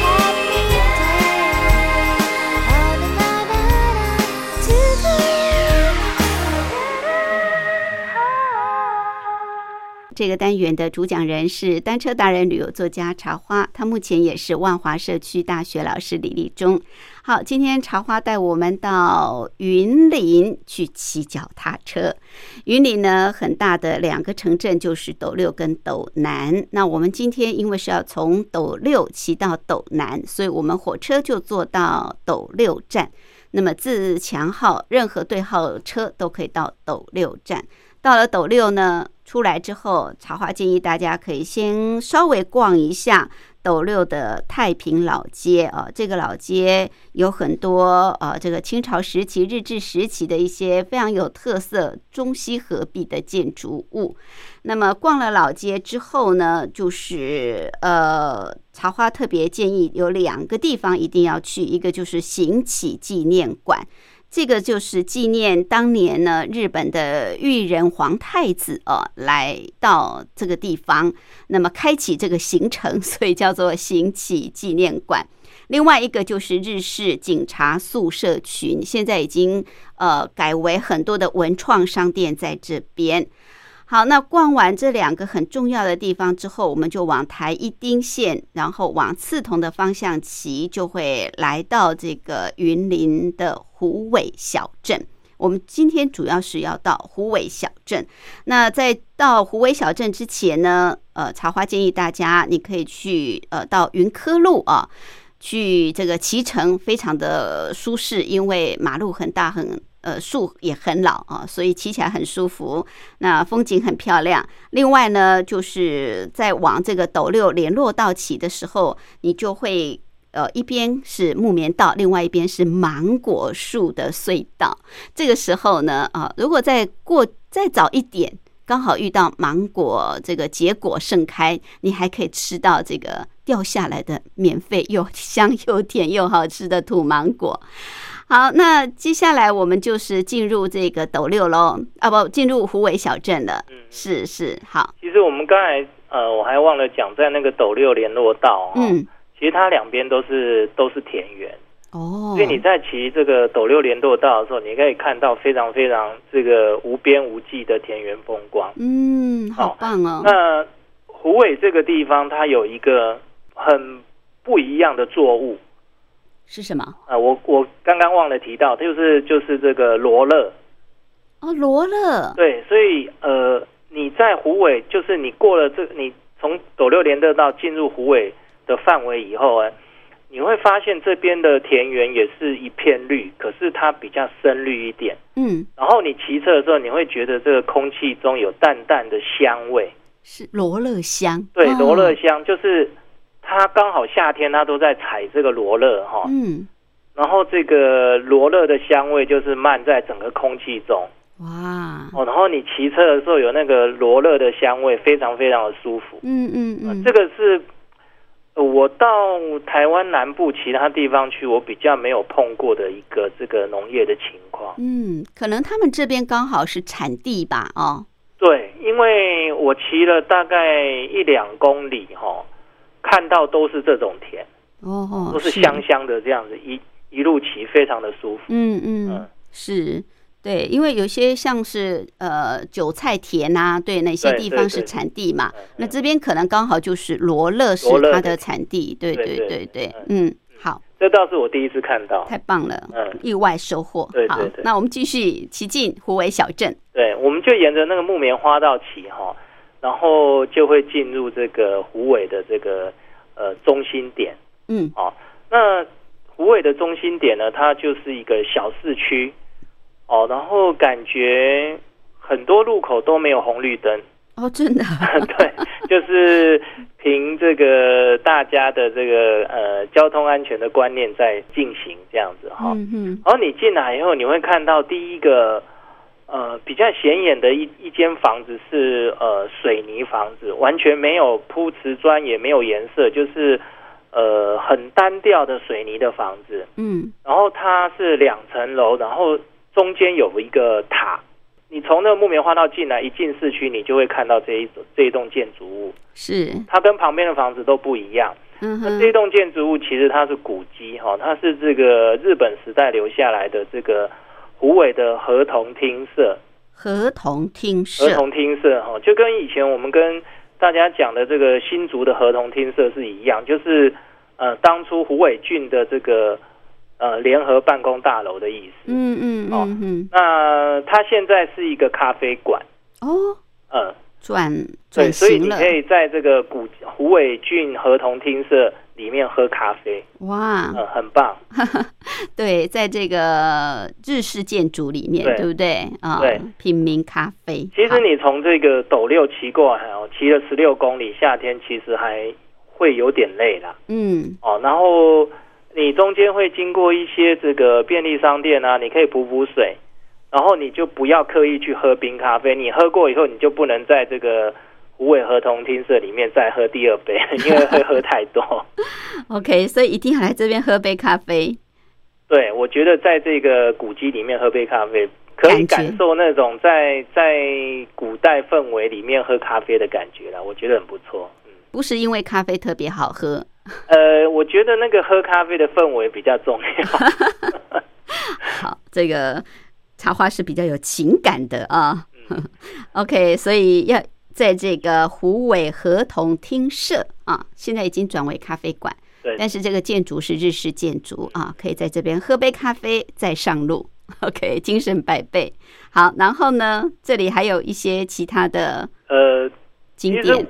[SPEAKER 5] happy day。
[SPEAKER 1] 这个单元的主讲人是单车达人、旅游作家茶花，他目前也是万华社区大学老师李立忠。好，今天茶花带我们到云林去骑脚踏车。云林呢，很大的两个城镇就是斗六跟斗南。那我们今天因为是要从斗六骑到斗南，所以我们火车就坐到斗六站。那么自强号任何对号车都可以到斗六站。到了斗六呢，出来之后，茶花建议大家可以先稍微逛一下斗六的太平老街啊、这个老街有很多呃，这个清朝时期、日治时期的一些非常有特色、中西合璧的建筑物。那么逛了老街之后呢，就是呃，茶花特别建议有两个地方一定要去，一个就是行乞纪念馆。这个就是纪念当年呢日本的裕仁皇太子哦、来到这个地方，那么开启这个行程，所以叫做行乞纪念馆。另外一个就是日式警察宿舍群，现在已经呃改为很多的文创商店在这边。好，那逛完这两个很重要的地方之后，我们就往台一丁县，然后往刺桐的方向骑，就会来到这个云林的虎尾小镇。我们今天主要是要到虎尾小镇。那在到虎尾小镇之前呢，呃，茶花建议大家，你可以去呃到云科路啊，去这个骑乘，非常的舒适，因为马路很大很。呃，树也很老啊，所以骑起来很舒服。那风景很漂亮。另外呢，就是在往这个斗六联络道骑的时候，你就会呃一边是木棉道，另外一边是芒果树的隧道。这个时候呢，啊，如果再过再早一点，刚好遇到芒果这个结果盛开，你还可以吃到这个掉下来的免费又香又甜又好吃的土芒果。好，那接下来我们就是进入这个斗六喽，啊不，进入虎尾小镇了。
[SPEAKER 2] 嗯
[SPEAKER 1] 是是，好，
[SPEAKER 2] 其实我们刚才呃，我还忘了讲，在那个斗六联络道、哦，，
[SPEAKER 1] 嗯，
[SPEAKER 2] 其实它两边都是都是田园，
[SPEAKER 1] 哦
[SPEAKER 2] 所以你在骑这个斗六联络道的时候，你可以看到非常非常这个无边无际的田园风光。
[SPEAKER 1] 嗯，好
[SPEAKER 2] 好
[SPEAKER 1] 棒哦，
[SPEAKER 2] 那虎尾这个地方，它有一个很不一样的作物
[SPEAKER 1] 是什么？
[SPEAKER 2] 啊、呃我我刚刚忘了提到，就是就是这个罗勒，
[SPEAKER 1] 哦，罗勒，
[SPEAKER 2] 对，所以呃，你在虎尾，就是你过了这，你从斗六连乐道进入虎尾的范围以后啊，你会发现这边的田园也是一片绿，可是它比较深绿一点。
[SPEAKER 1] 嗯，
[SPEAKER 2] 然后你骑车的时候，你会觉得这个空气中有淡淡的香味，
[SPEAKER 1] 是罗勒香，
[SPEAKER 2] 对，
[SPEAKER 1] 哦
[SPEAKER 2] 罗勒，香就是它刚好夏天它都在采这个罗勒哈，
[SPEAKER 1] 嗯，
[SPEAKER 2] 然后这个罗勒的香味就是漫在整个空气中。
[SPEAKER 1] 哇，
[SPEAKER 2] 哦，然后你骑车的时候有那个罗勒的香味，非常非常的舒服。
[SPEAKER 1] 嗯嗯
[SPEAKER 2] 呃
[SPEAKER 1] 嗯，
[SPEAKER 2] 这个是呃我到台湾南部其他地方去，我比较没有碰过的一个这个农业的情况。
[SPEAKER 1] 嗯，可能他们这边刚好是产地吧，哦，
[SPEAKER 2] 对，因为我骑了大概一两公里哈、哦，看到都是这种田，
[SPEAKER 1] 哦哦，
[SPEAKER 2] 都是香香的这样子，一一路骑非常的舒服。
[SPEAKER 1] 嗯嗯
[SPEAKER 2] 嗯，
[SPEAKER 1] 是。对，因为有些像是呃韭菜田啊，对哪些
[SPEAKER 2] 对
[SPEAKER 1] 地
[SPEAKER 2] 对
[SPEAKER 1] 方是
[SPEAKER 2] 对
[SPEAKER 1] 产地嘛？
[SPEAKER 2] 嗯
[SPEAKER 1] 那这边可能刚好就是罗勒是
[SPEAKER 2] 罗勒
[SPEAKER 1] 它
[SPEAKER 2] 的
[SPEAKER 1] 的产地，对
[SPEAKER 2] 对
[SPEAKER 1] 对对
[SPEAKER 2] 对
[SPEAKER 1] 对
[SPEAKER 2] 对，
[SPEAKER 1] 嗯，好，
[SPEAKER 2] 这倒是我第一次看到。
[SPEAKER 1] 太棒了
[SPEAKER 2] 嗯，
[SPEAKER 1] 意外收获
[SPEAKER 2] 对。对
[SPEAKER 1] 好
[SPEAKER 2] 对，
[SPEAKER 1] 那我们继续骑进虎尾小镇。
[SPEAKER 2] 对，我们就沿着那个木棉花道骑哈，然后就会进入这个虎尾的这个呃中心点
[SPEAKER 1] 嗯
[SPEAKER 2] 哦。那虎尾的中心点呢，它就是一个小市区哦，然后感觉很多路口都没有红绿灯， <laughs>
[SPEAKER 1] 哦，真的，
[SPEAKER 2] 对，就是凭这个大家的这个呃交通安全的观念在进行这样子哈。
[SPEAKER 1] 嗯哼，
[SPEAKER 2] 然后你进来以后，你会看到第一个呃比较显眼的一一间房子是呃水泥房子，完全没有铺瓷砖，也没有颜色，就是呃很单调的水泥的房子。
[SPEAKER 1] 嗯
[SPEAKER 2] 然后它是两层楼，然后中间有一个塔。你从那个木棉花道进来，一进市区，你就会看到这一这一栋建筑物，
[SPEAKER 1] 是，
[SPEAKER 2] 它跟旁边的房子都不一样。
[SPEAKER 1] 嗯
[SPEAKER 2] 那这
[SPEAKER 1] 哼，
[SPEAKER 2] 栋建筑物其实它是古迹哈、它是这个日本时代留下来的这个虎尾的合同厅舍
[SPEAKER 1] 合同厅
[SPEAKER 2] 合
[SPEAKER 1] 舍，
[SPEAKER 2] 同厅舍哦，就跟以前我们跟大家讲的这个新竹的合同厅舍是一样，就是呃当初胡伟俊的这个呃联合办公大楼的意思。
[SPEAKER 1] 嗯嗯
[SPEAKER 2] 哦
[SPEAKER 1] 嗯嗯，
[SPEAKER 2] 那它现在是一个咖啡馆，
[SPEAKER 1] 哦，
[SPEAKER 2] 嗯、
[SPEAKER 1] 转
[SPEAKER 2] 对，
[SPEAKER 1] 转
[SPEAKER 2] 所以你
[SPEAKER 1] 型了
[SPEAKER 2] 可，以在这个古胡伟俊合同厅舍里面喝咖啡，
[SPEAKER 1] 哇，
[SPEAKER 2] 嗯、很棒。
[SPEAKER 1] 对，在这个日式建筑里面，
[SPEAKER 2] 对
[SPEAKER 1] 对不对啊？
[SPEAKER 2] 对，
[SPEAKER 1] 品茗咖啡。
[SPEAKER 2] 其
[SPEAKER 1] 好
[SPEAKER 2] 实你从这个斗六骑过来哦，骑了十六公里，夏天其实还会有点累啦。
[SPEAKER 1] 嗯，
[SPEAKER 2] 哦，然后你中间会经过一些这个便利商店啊，你可以补补水，然后你就不要刻意去喝冰咖啡，你喝过以后你就不能在这个虎尾合同厅舍里面再喝第二杯，因为会喝太多。
[SPEAKER 1] OK，所以一定要来这边喝杯咖啡。
[SPEAKER 2] 对，我觉得在这个古迹里面喝杯咖啡。可以
[SPEAKER 1] 感觉
[SPEAKER 2] 感受那种在在古代氛围里面喝咖啡的感觉啦，我觉得很不错。嗯，
[SPEAKER 1] 不是因为咖啡特别好喝，
[SPEAKER 2] 呃，我觉得那个喝咖啡的氛围比较重
[SPEAKER 1] <laughs>
[SPEAKER 2] 要。
[SPEAKER 1] 好，这个茶花是比较有情感的啊。OK，所以要在这个虎尾合同厅舍啊，现在已经转为咖啡馆，
[SPEAKER 2] 对，
[SPEAKER 1] 但是这个建筑是日式建筑啊，可以在这边喝杯咖啡再上路。OK，精 <laughs> 神百倍。好，然后呢，这里还有一些其他的
[SPEAKER 2] 呃，
[SPEAKER 1] 景
[SPEAKER 2] 其
[SPEAKER 1] 点
[SPEAKER 2] 实，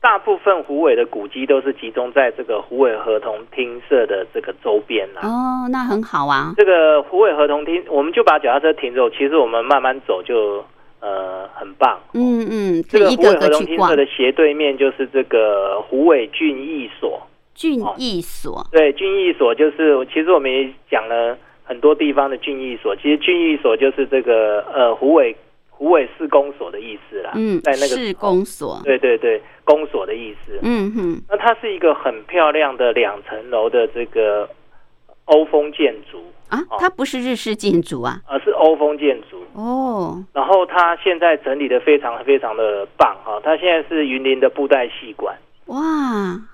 [SPEAKER 2] 大部分虎尾的古迹都是集中在这个虎尾合同厅舍的这个周边啦。
[SPEAKER 1] 哦，那很好啊。
[SPEAKER 2] 这个虎尾合同厅，我们就把脚踏车停走，其实我们慢慢走就呃很棒。
[SPEAKER 1] 嗯嗯，
[SPEAKER 2] 这
[SPEAKER 1] 可
[SPEAKER 2] 个
[SPEAKER 1] 以一
[SPEAKER 2] 虎
[SPEAKER 1] 个
[SPEAKER 2] 尾合
[SPEAKER 1] 个
[SPEAKER 2] 同
[SPEAKER 1] 去
[SPEAKER 2] 厅
[SPEAKER 1] 逛
[SPEAKER 2] 舍。的斜对面就是这个虎尾郡役所，
[SPEAKER 1] 俊
[SPEAKER 2] 哦
[SPEAKER 1] 逸所，
[SPEAKER 2] 对，郡役所就是其实我们也讲了很多地方的郡役所，其实郡役所就是这个呃虎尾虎尾市公所的意思啦。
[SPEAKER 1] 嗯
[SPEAKER 2] 在，那个哦
[SPEAKER 1] 市公所，
[SPEAKER 2] 对对对公所的意思。
[SPEAKER 1] 嗯哼，
[SPEAKER 2] 那它是一个很漂亮的两层楼的这个欧风建筑，
[SPEAKER 1] 啊，
[SPEAKER 2] 哦
[SPEAKER 1] 它不是日式建筑啊，
[SPEAKER 2] 呃，是欧风建筑。
[SPEAKER 1] 哦，
[SPEAKER 2] 然后它现在整理的非常非常的棒哈、它现在是云林的布袋戏馆，
[SPEAKER 1] 哇，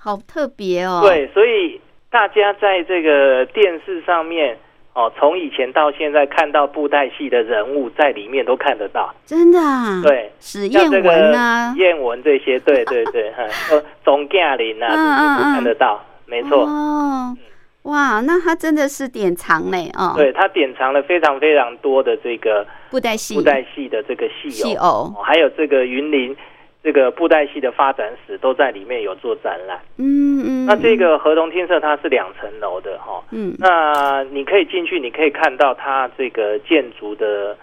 [SPEAKER 1] 好特别哦，，
[SPEAKER 2] 对，所以大家在这个电视上面哦，从以前到现在看到布袋戏的人物在里面都看得到，
[SPEAKER 1] 真的啊，，
[SPEAKER 2] 对。
[SPEAKER 1] 史
[SPEAKER 2] 像
[SPEAKER 1] 艳
[SPEAKER 2] 这个
[SPEAKER 1] 文啊，
[SPEAKER 2] 燕文这些，对对
[SPEAKER 1] <laughs>
[SPEAKER 2] 对，哈，呃，总驾临
[SPEAKER 1] 嗯嗯
[SPEAKER 2] 啊，
[SPEAKER 1] 嗯
[SPEAKER 2] 看得到，没错。
[SPEAKER 1] 哦，哇，那它真的是典藏嘞，哦，，
[SPEAKER 2] 对，它典藏了非常非常多的这个
[SPEAKER 1] 布袋戏，
[SPEAKER 2] 布袋戏的这个戏哦
[SPEAKER 1] 戏
[SPEAKER 2] 偶，
[SPEAKER 1] 偶，
[SPEAKER 2] 还有这个云林这个布袋戏的发展史都在里面有做展览。
[SPEAKER 1] 嗯嗯，
[SPEAKER 2] 那这，个合同天社它是两层楼的哈、哦，
[SPEAKER 1] 嗯
[SPEAKER 2] 那你可以进去，你可以看到它这个建筑的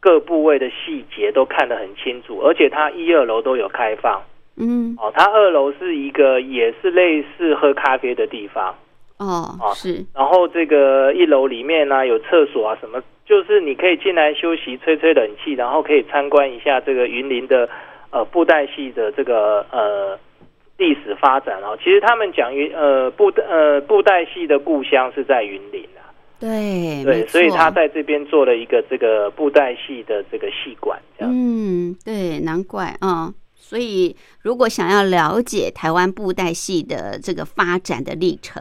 [SPEAKER 2] 各部位的细节都看得很清楚，而且它一二楼都有开放
[SPEAKER 1] 嗯，
[SPEAKER 2] 哦。它二楼是一个也是类似喝咖啡的地方。
[SPEAKER 1] 哦，
[SPEAKER 2] 哦
[SPEAKER 1] 是，
[SPEAKER 2] 然后这个一楼里面呢、有厕所啊，什么就是你可以进来休息、吹吹冷气，然后可以参观一下这个云林的呃布袋戏的这个呃历史发展哦。其实他们讲云呃布呃布袋戏的故乡是在云林啊，
[SPEAKER 1] 对，哎没
[SPEAKER 2] 对，所以
[SPEAKER 1] 错
[SPEAKER 2] 他在这边做了一个这个布袋戏的这个戏馆，这样、
[SPEAKER 1] 嗯，对，难怪啊、所以，如果想要了解台湾布袋戏的这个发展的历程，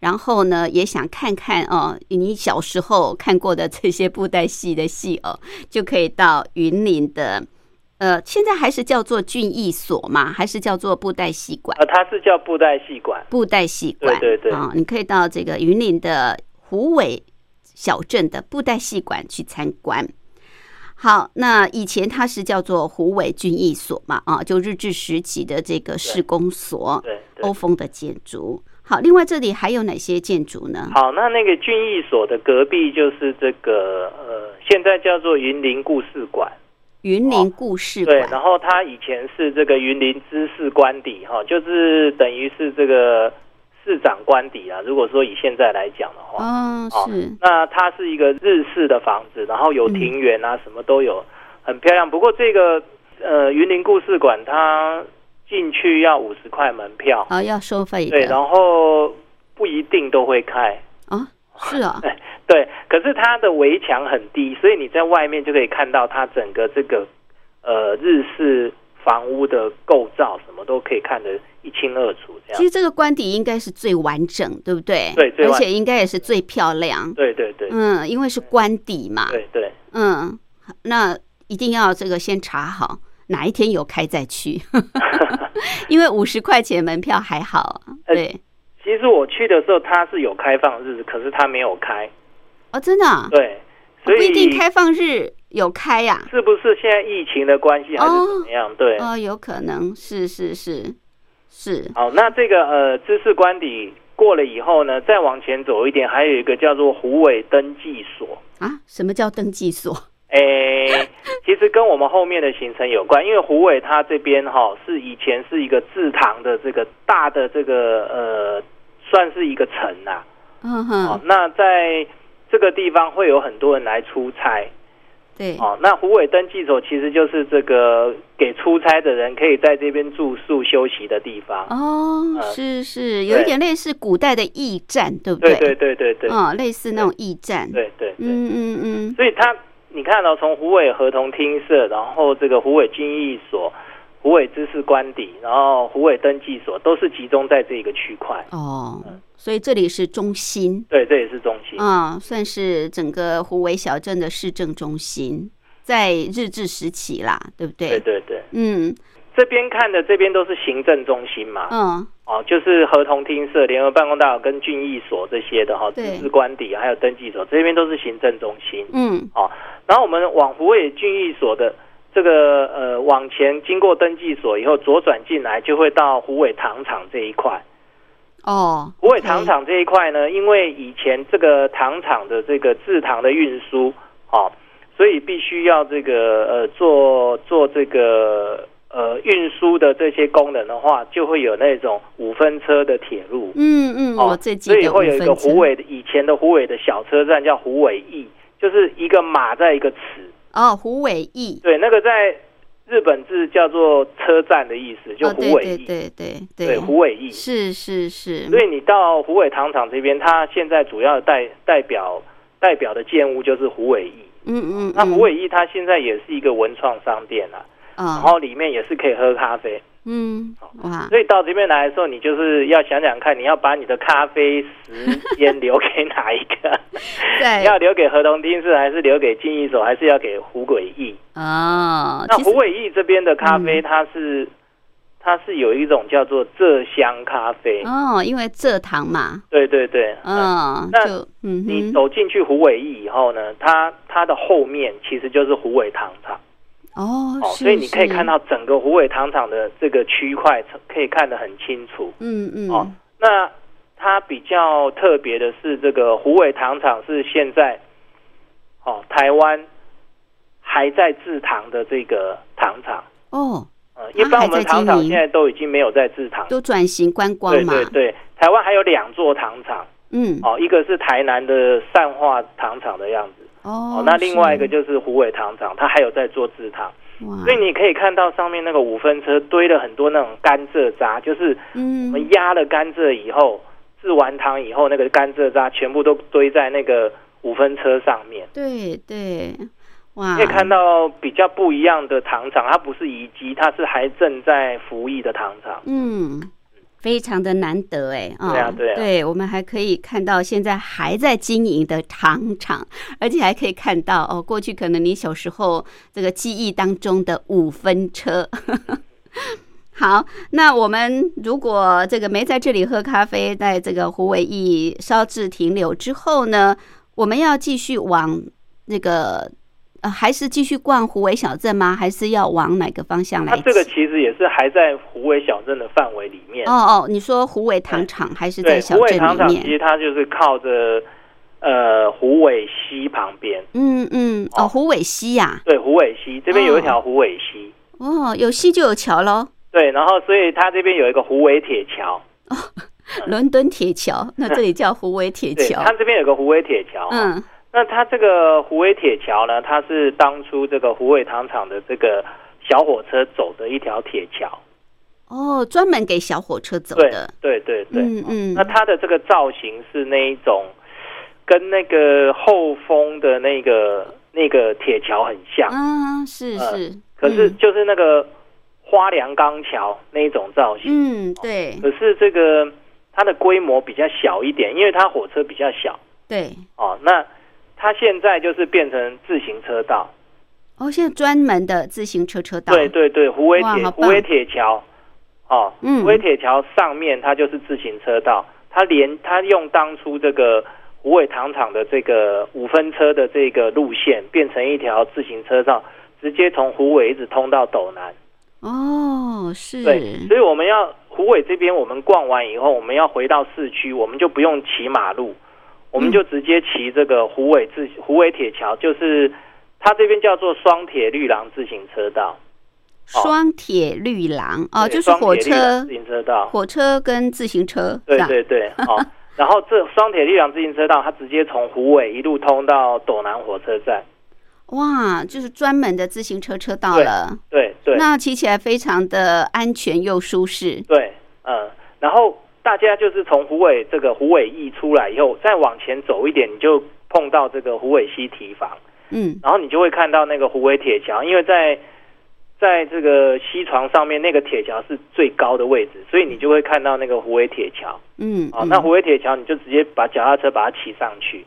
[SPEAKER 1] 然后呢，也想看看哦，你小时候看过的这些布袋戏的戏偶，就可以到云林的，呃，现在还是叫做俊逸所嘛，还是叫做布袋戏馆？
[SPEAKER 2] 啊，它是叫布袋戏馆，
[SPEAKER 1] 布袋戏馆，
[SPEAKER 2] 对对对
[SPEAKER 1] 啊、你可以到这个云林的虎尾小镇的布袋戏馆去参观。好，那以前它是叫做虎尾军役所嘛，啊，就日治时期的这个市公所，
[SPEAKER 2] 对对。
[SPEAKER 1] 欧风的建筑。好，另外这里还有哪些建筑呢？
[SPEAKER 2] 好，那那个俊逸所的隔壁就是这个呃，现在叫做云林故事馆。
[SPEAKER 1] 云林故事
[SPEAKER 2] 啊对，
[SPEAKER 1] 馆，
[SPEAKER 2] 然后它以前是这个云林知事官邸哈、就是等于是这个市长官邸啊。如果说以现在来讲的话，
[SPEAKER 1] 哦，
[SPEAKER 2] 哦
[SPEAKER 1] 是，
[SPEAKER 2] 那它是一个日式的房子，然后有庭园啊，什么都有，很漂亮。不过这个呃云林故事馆，它进去要五十块门票，
[SPEAKER 1] 哦，要收费
[SPEAKER 2] 对，
[SPEAKER 1] 的，
[SPEAKER 2] 然后不一定都会开。
[SPEAKER 1] 哦，是哦，
[SPEAKER 2] 啊对，可是它的围墙很低，所以你在外面就可以看到它整个这个呃日式房屋的构造，什么都可以看得一清二楚。这
[SPEAKER 1] 其
[SPEAKER 2] 样，
[SPEAKER 1] 实这个官邸应该是最完整，对不对？
[SPEAKER 2] 啊对最
[SPEAKER 1] 而
[SPEAKER 2] 完
[SPEAKER 1] 且应该也是最漂亮。嗯
[SPEAKER 2] 对对对
[SPEAKER 1] 嗯，因为是官邸嘛，
[SPEAKER 2] 对对，
[SPEAKER 1] 嗯，那一定要这个先查好哪一天有开再
[SPEAKER 2] <laughs>
[SPEAKER 1] 去，因为五十块钱门票还好啊。
[SPEAKER 2] 呃
[SPEAKER 1] 对，
[SPEAKER 2] 其实我去的时候它是有开放日，可是它没有开，
[SPEAKER 1] 哦，真的啊、
[SPEAKER 2] 对，
[SPEAKER 1] 不
[SPEAKER 2] 呃所以
[SPEAKER 1] 一定开放日有开呀、
[SPEAKER 2] 是不是现在疫情的关系还是怎么样？对，
[SPEAKER 1] 哦，有可能是是是是，
[SPEAKER 2] 好，那这个呃知识官邸过了以后呢，再往前走一点，还有一个叫做虎尾登记所。
[SPEAKER 1] 啊，什么叫登记所？
[SPEAKER 2] 诶、其实跟我们后面的行程有关，因为虎尾它这边哈、是以前是一个制糖的这个大的这个呃，算是一个城啊。
[SPEAKER 1] 嗯
[SPEAKER 2] 哦
[SPEAKER 1] 哼，，
[SPEAKER 2] 那在这个地方会有很多人来出差。
[SPEAKER 1] 对，
[SPEAKER 2] 哦，那虎尾登记所其实就是这个给出差的人可以在这边住宿休息的地方。
[SPEAKER 1] 哦，
[SPEAKER 2] 呃
[SPEAKER 1] 是是，有一
[SPEAKER 2] 对
[SPEAKER 1] 点类似古代的驿站，对不
[SPEAKER 2] 对对对对对、
[SPEAKER 1] 哦，类似那种驿站。
[SPEAKER 2] 对对对。
[SPEAKER 1] 嗯嗯嗯，
[SPEAKER 2] 所以他你看到、从虎尾合同厅舍，然后这个虎尾经义所、虎尾知识官邸，然后虎尾登记所，都是集中在这一个区块。
[SPEAKER 1] 哦，所以这里是中心
[SPEAKER 2] 对，这也是中心。
[SPEAKER 1] 啊、算是整个湖尾小镇的市政中心，在日治时期啦，对不对？
[SPEAKER 2] 对对对，
[SPEAKER 1] 嗯
[SPEAKER 2] 这边看的这边都是行政中心嘛，
[SPEAKER 1] 嗯，
[SPEAKER 2] 哦，就是合同厅舍、联合办公大楼跟郡役所这些的哈、知
[SPEAKER 1] 对
[SPEAKER 2] 识官邸还有登记所，这边都是行政中心。
[SPEAKER 1] 嗯，
[SPEAKER 2] 哦，然后我们往虎尾郡役所的这个呃往前经过登记所以后，左转进来就会到虎尾糖厂这一块。
[SPEAKER 1] 哦，
[SPEAKER 2] 虎尾
[SPEAKER 1] OK
[SPEAKER 2] 糖厂这一块呢，因为以前这个糖厂的这个制糖的运输，哦，所以必须要这个呃做做这个呃运输的这些功能的话，就会有那种五分车的铁路。啊
[SPEAKER 1] 嗯嗯，我最记
[SPEAKER 2] 哦所以
[SPEAKER 1] 得
[SPEAKER 2] 会有一
[SPEAKER 1] 五
[SPEAKER 2] 个
[SPEAKER 1] 分
[SPEAKER 2] 虎
[SPEAKER 1] 车
[SPEAKER 2] 尾的以前的虎尾的小车站叫虎尾驿，就是一个马在一个齿，
[SPEAKER 1] 哦，虎尾驿，
[SPEAKER 2] 对，那个在日本字叫做车站的意思，就
[SPEAKER 1] 哦，
[SPEAKER 2] 虎
[SPEAKER 1] 对
[SPEAKER 2] 尾
[SPEAKER 1] 对
[SPEAKER 2] 驿，
[SPEAKER 1] 对对
[SPEAKER 2] 对，虎尾驿。
[SPEAKER 1] 是是是，
[SPEAKER 2] 所以你到虎尾糖厂这边，它现在主要代代表代表的建物就是虎尾驿。
[SPEAKER 1] 嗯嗯，
[SPEAKER 2] 那
[SPEAKER 1] 嗯
[SPEAKER 2] 虎尾驿它现在也是一个文创商店啊，然
[SPEAKER 1] 啊，
[SPEAKER 2] 后里面也是可以喝咖啡。
[SPEAKER 1] 嗯，哇，
[SPEAKER 2] 所以到这边来的时候，你就是要想想看，你要把你的咖啡时间留给哪一
[SPEAKER 1] <laughs>
[SPEAKER 2] 个？
[SPEAKER 1] 在
[SPEAKER 2] 要留给合同厅是，还是留给金一所，还是要给虎尾驿？
[SPEAKER 1] 哦，
[SPEAKER 2] 那
[SPEAKER 1] 其
[SPEAKER 2] 虎
[SPEAKER 1] 实嗯
[SPEAKER 2] 尾驿这边的咖啡，它是、它是有一种叫做浙香咖啡，
[SPEAKER 1] 哦，因为蔗糖嘛，
[SPEAKER 2] 对对对，嗯。
[SPEAKER 1] 嗯，
[SPEAKER 2] 那
[SPEAKER 1] 就嗯
[SPEAKER 2] 你
[SPEAKER 1] 哼，
[SPEAKER 2] 走进去虎尾驿以后呢，它它的后面其实就是虎尾糖厂
[SPEAKER 1] 哦
[SPEAKER 2] 哦，，
[SPEAKER 1] 是
[SPEAKER 2] 所以你可以
[SPEAKER 1] 是
[SPEAKER 2] 看到整个虎尾糖厂的这个区块可以看得很清楚
[SPEAKER 1] 嗯嗯，
[SPEAKER 2] 哦。那它比较特别的是，这个虎尾糖厂是现在哦台湾还在制糖的这个糖厂。
[SPEAKER 1] 哦，
[SPEAKER 2] 呃，一般我们糖厂现在都已经没有在制糖，
[SPEAKER 1] 都转型观光
[SPEAKER 2] 对
[SPEAKER 1] 嘛，
[SPEAKER 2] 对对，台湾还有两座糖厂
[SPEAKER 1] 嗯，
[SPEAKER 2] 哦，一个是台南的善化糖厂的样子
[SPEAKER 1] 哦
[SPEAKER 2] 哦，那另外一个
[SPEAKER 1] 是
[SPEAKER 2] 就是虎尾糖厂，它还有在做制糖，
[SPEAKER 1] 哇
[SPEAKER 2] 所以你可以看到上面那个五分车堆了很多那种甘蔗渣，就是我
[SPEAKER 1] 嗯
[SPEAKER 2] 们压了甘蔗以后，制完糖以后，那个甘蔗渣全部都堆在那个五分车上面。
[SPEAKER 1] 对对，哇，
[SPEAKER 2] 可以看到比较不一样的糖厂，它不是遗迹，它是还正在服役的糖厂。
[SPEAKER 1] 嗯，非常的难得哎啊
[SPEAKER 2] 对啊对啊
[SPEAKER 1] 我们还可以看到现在还在经营的糖厂，而且还可以看到哦，过去可能你小时候这个记忆当中的五分车。 <laughs> 好，那我们如果这个没在这里喝咖啡，在这个胡伟义烧制停留之后呢，我们要继续往那个呃，还是继续逛胡尾小镇吗？还是要往哪个方向来
[SPEAKER 2] 它
[SPEAKER 1] 骑？
[SPEAKER 2] 这个其实也是还在虎尾小镇的范围里面。
[SPEAKER 1] 哦哦，你说虎尾糖厂还是在
[SPEAKER 2] 对，
[SPEAKER 1] 小
[SPEAKER 2] 虎尾
[SPEAKER 1] 镇
[SPEAKER 2] 糖
[SPEAKER 1] 里
[SPEAKER 2] 厂其
[SPEAKER 1] 面？
[SPEAKER 2] 实它就是靠着呃虎尾溪旁边。
[SPEAKER 1] 嗯嗯，哦，
[SPEAKER 2] 哦
[SPEAKER 1] 虎尾溪呀、
[SPEAKER 2] 对，虎尾溪这边有一条虎尾溪。
[SPEAKER 1] 哦，有溪就有桥喽，
[SPEAKER 2] 对，然后所以它这边有一个虎尾铁桥。
[SPEAKER 1] 伦敦铁桥，那这里叫虎尾铁
[SPEAKER 2] 嗯对，
[SPEAKER 1] 桥
[SPEAKER 2] 它。这边有个虎尾铁桥。。哦
[SPEAKER 1] 嗯，
[SPEAKER 2] 那它这个虎尾铁桥呢，它是当初这个虎尾糖厂的这个小火车走的一条铁桥。
[SPEAKER 1] 哦，专门给小火车走
[SPEAKER 2] 对
[SPEAKER 1] 的。
[SPEAKER 2] 对对对。哦
[SPEAKER 1] 嗯嗯
[SPEAKER 2] 那它的这个造型是那一种，跟那个后风的那个那个铁桥很像，
[SPEAKER 1] 啊，是
[SPEAKER 2] 呃
[SPEAKER 1] 是。嗯
[SPEAKER 2] 可是就是那个花梁钢桥那一种造型。
[SPEAKER 1] 嗯，嗯，对
[SPEAKER 2] 可是这个它的规模比较小一点，因为它火车比较小
[SPEAKER 1] 对。
[SPEAKER 2] 哦。那它现在就是变成自行车道，
[SPEAKER 1] 哦，现在专门的自行车车道，
[SPEAKER 2] 对对对，虎尾
[SPEAKER 1] 哇
[SPEAKER 2] 铁
[SPEAKER 1] 好
[SPEAKER 2] 虎
[SPEAKER 1] 棒
[SPEAKER 2] 尾铁桥，哦，
[SPEAKER 1] 嗯
[SPEAKER 2] 虎尾铁桥上面它就是自行车道，它连它用当初这个虎尾糖厂的这个五分车的这个路线，变成一条自行车道，直接从虎尾一直通到斗南。
[SPEAKER 1] 哦，
[SPEAKER 2] 对，
[SPEAKER 1] 是
[SPEAKER 2] 所以我们要虎尾这边，我们逛完以后，我们要回到市区，我们就不用骑马路，我们就直接骑这个虎尾自虎尾铁桥，就是它这边叫做双铁绿廊自行车道。
[SPEAKER 1] 双铁绿廊哦，
[SPEAKER 2] 哦对
[SPEAKER 1] 就是火
[SPEAKER 2] 双铁绿廊
[SPEAKER 1] 车
[SPEAKER 2] 自、行车道。
[SPEAKER 1] 火车跟自行车，
[SPEAKER 2] 对
[SPEAKER 1] 是啊吧？
[SPEAKER 2] 对
[SPEAKER 1] <laughs>
[SPEAKER 2] 对，好。然后这双铁力量自行车道，它直接从虎尾一路通到斗南火车站。
[SPEAKER 1] 哇，就是专门的自行车车道了，
[SPEAKER 2] 对对
[SPEAKER 1] 那骑起来非常的安全又舒适。
[SPEAKER 2] 对，嗯。然后大家就是从虎尾这个虎尾驿出来以后，再往前走一点，你就碰到这个虎尾西堤防，
[SPEAKER 1] 嗯，
[SPEAKER 2] 然后你就会看到那个虎尾铁桥，因为在在这个西床上面，那个铁桥是最高的位置，所以你就会看到那个虎尾铁桥。
[SPEAKER 1] 嗯，
[SPEAKER 2] 啊，
[SPEAKER 1] 嗯
[SPEAKER 2] 那虎尾铁桥你就直接把脚踏车把它骑上去。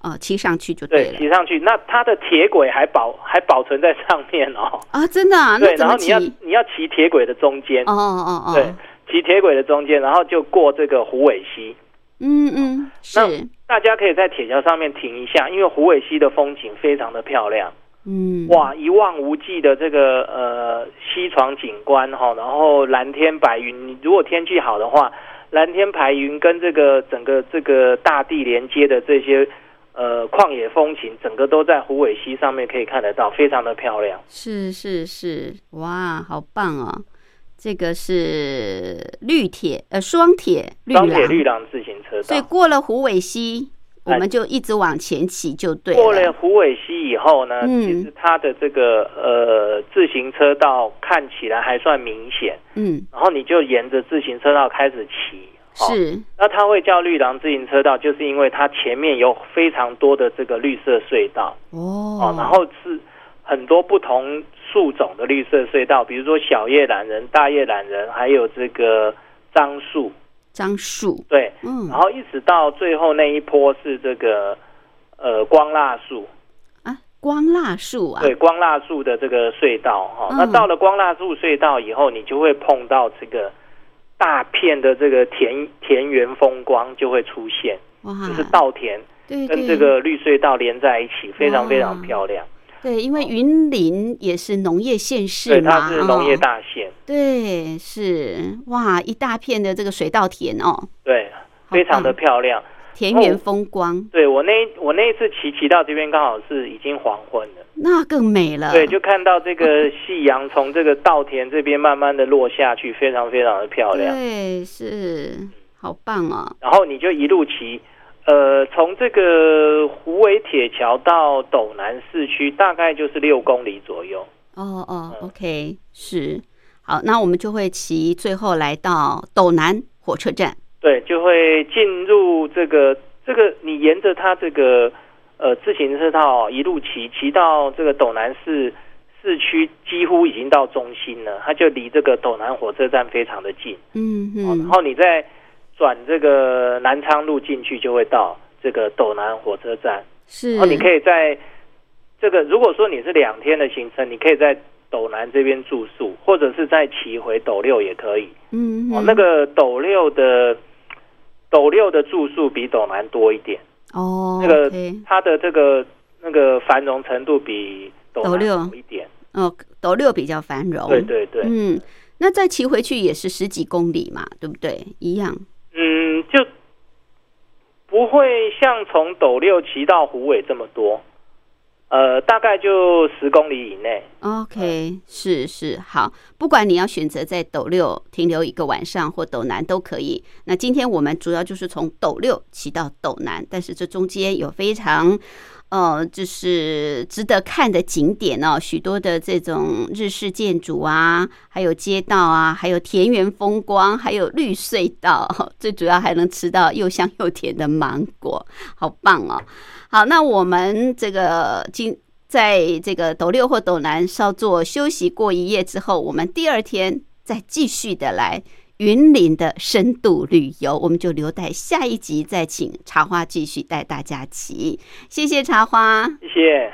[SPEAKER 1] 哦，骑上去就
[SPEAKER 2] 对，
[SPEAKER 1] 了
[SPEAKER 2] 骑上去，那它的铁轨还保还保存在上面哦。
[SPEAKER 1] 啊，真的啊，
[SPEAKER 2] 对
[SPEAKER 1] 那，怎
[SPEAKER 2] 然
[SPEAKER 1] 么
[SPEAKER 2] 后你
[SPEAKER 1] 骑？
[SPEAKER 2] 要
[SPEAKER 1] 哦
[SPEAKER 2] 你要骑铁轨的中间，
[SPEAKER 1] 哦哦
[SPEAKER 2] 对
[SPEAKER 1] 哦，，
[SPEAKER 2] 骑铁轨的中间，然后就过这个虎尾溪。
[SPEAKER 1] 嗯嗯，
[SPEAKER 2] 那
[SPEAKER 1] 是，
[SPEAKER 2] 大家可以在铁桥上面停一下，因为虎尾溪的风景非常的漂亮，
[SPEAKER 1] 嗯，
[SPEAKER 2] 哇，一望无际的这个呃西床景观哈、然后蓝天白云，你如果天气好的话，蓝天白云跟这个整个这个大地连接的这些呃旷野风情，整个都在虎尾溪上面可以看得到，非常的漂亮。
[SPEAKER 1] 是是是，哇，好棒哦！这个是绿铁，呃，双铁绿
[SPEAKER 2] 双铁
[SPEAKER 1] 廊，
[SPEAKER 2] 绿廊自行车
[SPEAKER 1] 所以
[SPEAKER 2] 道。
[SPEAKER 1] 过了虎尾溪，我
[SPEAKER 2] 哎
[SPEAKER 1] 们就一直往前骑就对
[SPEAKER 2] 过了虎尾溪以后呢，
[SPEAKER 1] 嗯
[SPEAKER 2] 其实它的这个呃自行车道看起来还算明显，
[SPEAKER 1] 嗯，
[SPEAKER 2] 然后你就沿着自行车道开始骑。哦，
[SPEAKER 1] 是，
[SPEAKER 2] 那它会叫绿廊自行车道，就是因为它前面有非常多的这个绿色隧道哦
[SPEAKER 1] 哦，
[SPEAKER 2] 然后是很多不同树种的绿色隧道，比如说小叶榄仁、大叶榄仁，还有这个樟树，
[SPEAKER 1] 樟树，
[SPEAKER 2] 对，
[SPEAKER 1] 嗯
[SPEAKER 2] 然后一直到最后那一波是这个呃光蜡树，
[SPEAKER 1] 啊，光蜡树啊，
[SPEAKER 2] 对光蜡树的这个隧道哈、
[SPEAKER 1] 嗯
[SPEAKER 2] 那到了光蜡树隧道以后，你就会碰到这个大片的这个田田园风光就会出现，
[SPEAKER 1] 哇
[SPEAKER 2] 就，是稻田
[SPEAKER 1] 对
[SPEAKER 2] 跟
[SPEAKER 1] 对，哦
[SPEAKER 2] 这个绿隧道连在一起，非常非常
[SPEAKER 1] 哇
[SPEAKER 2] 漂亮。
[SPEAKER 1] 对，因为云林也是农业县市
[SPEAKER 2] 哦对，
[SPEAKER 1] 嘛，
[SPEAKER 2] 它是农业
[SPEAKER 1] 哦，
[SPEAKER 2] 大县，
[SPEAKER 1] 对，是哇，一大片的这个水稻田哦，
[SPEAKER 2] 对，非常的漂亮。
[SPEAKER 1] 田
[SPEAKER 2] 哦
[SPEAKER 1] 园风光，
[SPEAKER 2] 对我那一我那一次骑骑到这边刚好是已经黄昏了。
[SPEAKER 1] 那更美了，
[SPEAKER 2] 对，就看到这个夕阳从这个稻田这边慢慢的落下去，非常非常的漂亮。
[SPEAKER 1] 对，是好棒哦！
[SPEAKER 2] 然后你就一路骑，呃，从这个虎尾铁桥到斗南市区，大概就是六公里左右。
[SPEAKER 1] 哦哦
[SPEAKER 2] 嗯
[SPEAKER 1] ，OK，是好，那我们就会骑，最后来到斗南火车站。
[SPEAKER 2] 对，就会进入这个这个，你沿着它这个呃自行车道一路骑，骑到这个斗南市市区，几乎已经到中心了，它就离这个斗南火车站非常的近。
[SPEAKER 1] 嗯
[SPEAKER 2] 哦，然
[SPEAKER 1] 嗯，
[SPEAKER 2] 后你再转这个南昌路进去，就会到这个斗南火车站。
[SPEAKER 1] 是
[SPEAKER 2] 然后你可以在这个，如果说你是两天的行程，你可以在斗南这边住宿，或者是再骑回斗六也可以。
[SPEAKER 1] 嗯
[SPEAKER 2] 哦
[SPEAKER 1] 嗯，
[SPEAKER 2] 那个斗六的斗六的住宿比斗南多一点，
[SPEAKER 1] 哦，
[SPEAKER 2] 那个
[SPEAKER 1] OK，
[SPEAKER 2] 它的这个那个繁荣程度比斗
[SPEAKER 1] 斗
[SPEAKER 2] 南
[SPEAKER 1] 六
[SPEAKER 2] 好一点。
[SPEAKER 1] 哦，斗六比较繁荣，
[SPEAKER 2] 对对对，
[SPEAKER 1] 嗯，那再骑回去也是十几公里嘛，对不对？一样
[SPEAKER 2] 嗯，就不会像从斗六骑到虎尾这么多，呃，大概就十公里以内。
[SPEAKER 1] ，OK，是是好，不管你要选择在斗六停留一个晚上或斗南都可以。那今天我们主要就是从斗六骑到斗南，但是这中间有非常。呃，就是值得看的景点哦，许多的这种日式建筑啊，还有街道啊，还有田园风光，还有绿隧道，最主要还能吃到又香又甜的芒果，好棒哦！好，那我们这个今在这个斗六或斗南稍作休息过一夜之后，我们第二天再继续的来云林的深度旅游，我们就留待下一集再请茶花继续带大家骑。谢谢茶花。
[SPEAKER 2] 谢谢。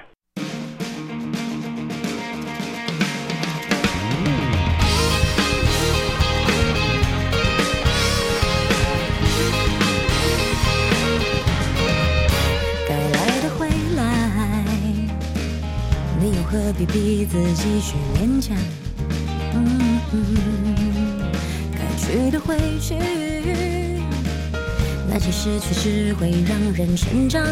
[SPEAKER 7] 别逼自己去勉强。嗯，该去的会去，那些失去只会让人成长。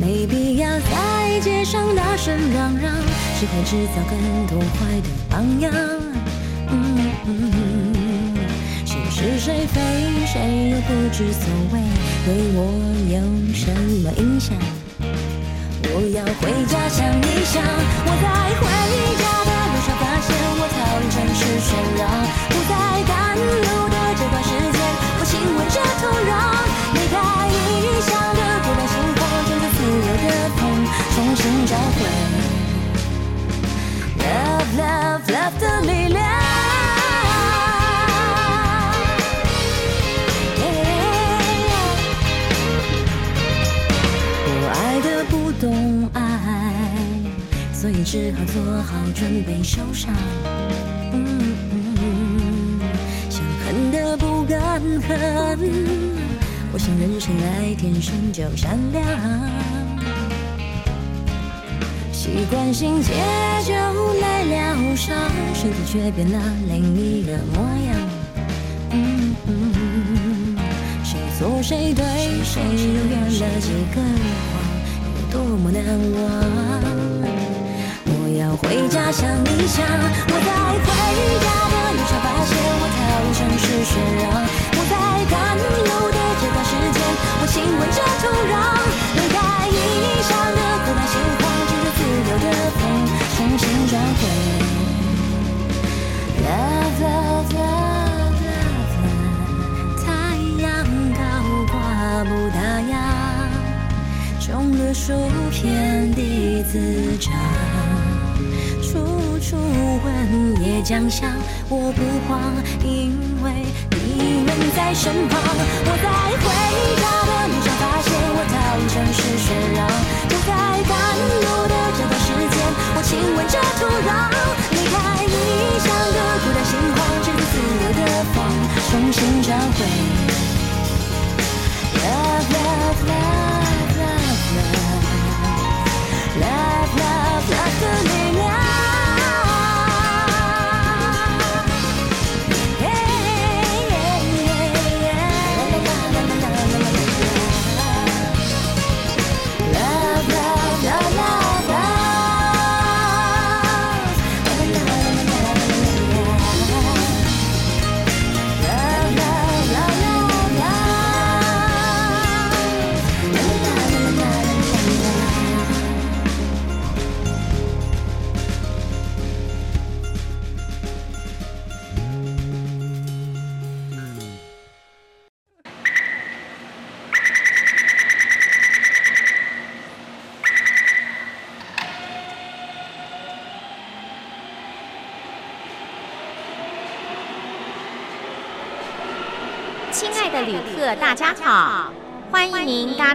[SPEAKER 7] 没必要在街上大声嚷嚷，只会制造更多坏的榜样。嗯，谁是谁非，谁又不知所谓，对我有什么影响？我要回家想一想，我在回家的路上发现我逃离城市喧嚷，不再赶路的这段时间，我亲吻着土壤，离开异乡的古老信封，乘着自由的风，重新找回 love love love 的力量。Yeah. 我爱的不懂爱，所以只好做好准备受伤。嗯，想恨的不敢恨，我想人生来天生就善良。习惯性借酒来疗伤，身体却变了另一个模样。嗯嗯谁错谁对，谁又圆了几个谎，有多么难忘？我要回家想一想，我在回家的路上发现我逃离城市喧嚷，我在赶路的这段时间，我亲吻着土壤，离开异乡的古老心慌，乘着自由的风，重新转回。Love, love, love, love, love，太阳高挂不打烊，种了树遍地自长，处处闻野酱香，我不慌，因为你们在身旁。我在回家的路上发现我逃离城市喧嚷，不该赶路的这段时间，我亲吻着土壤，离开异乡的孤单心慌，乘着自由的风，重新找回。Love, love, love, love, love, love, love, love 的力量。Love, love, love, love, love. Love,
[SPEAKER 8] 亲爱的旅客，大家好，欢迎您搭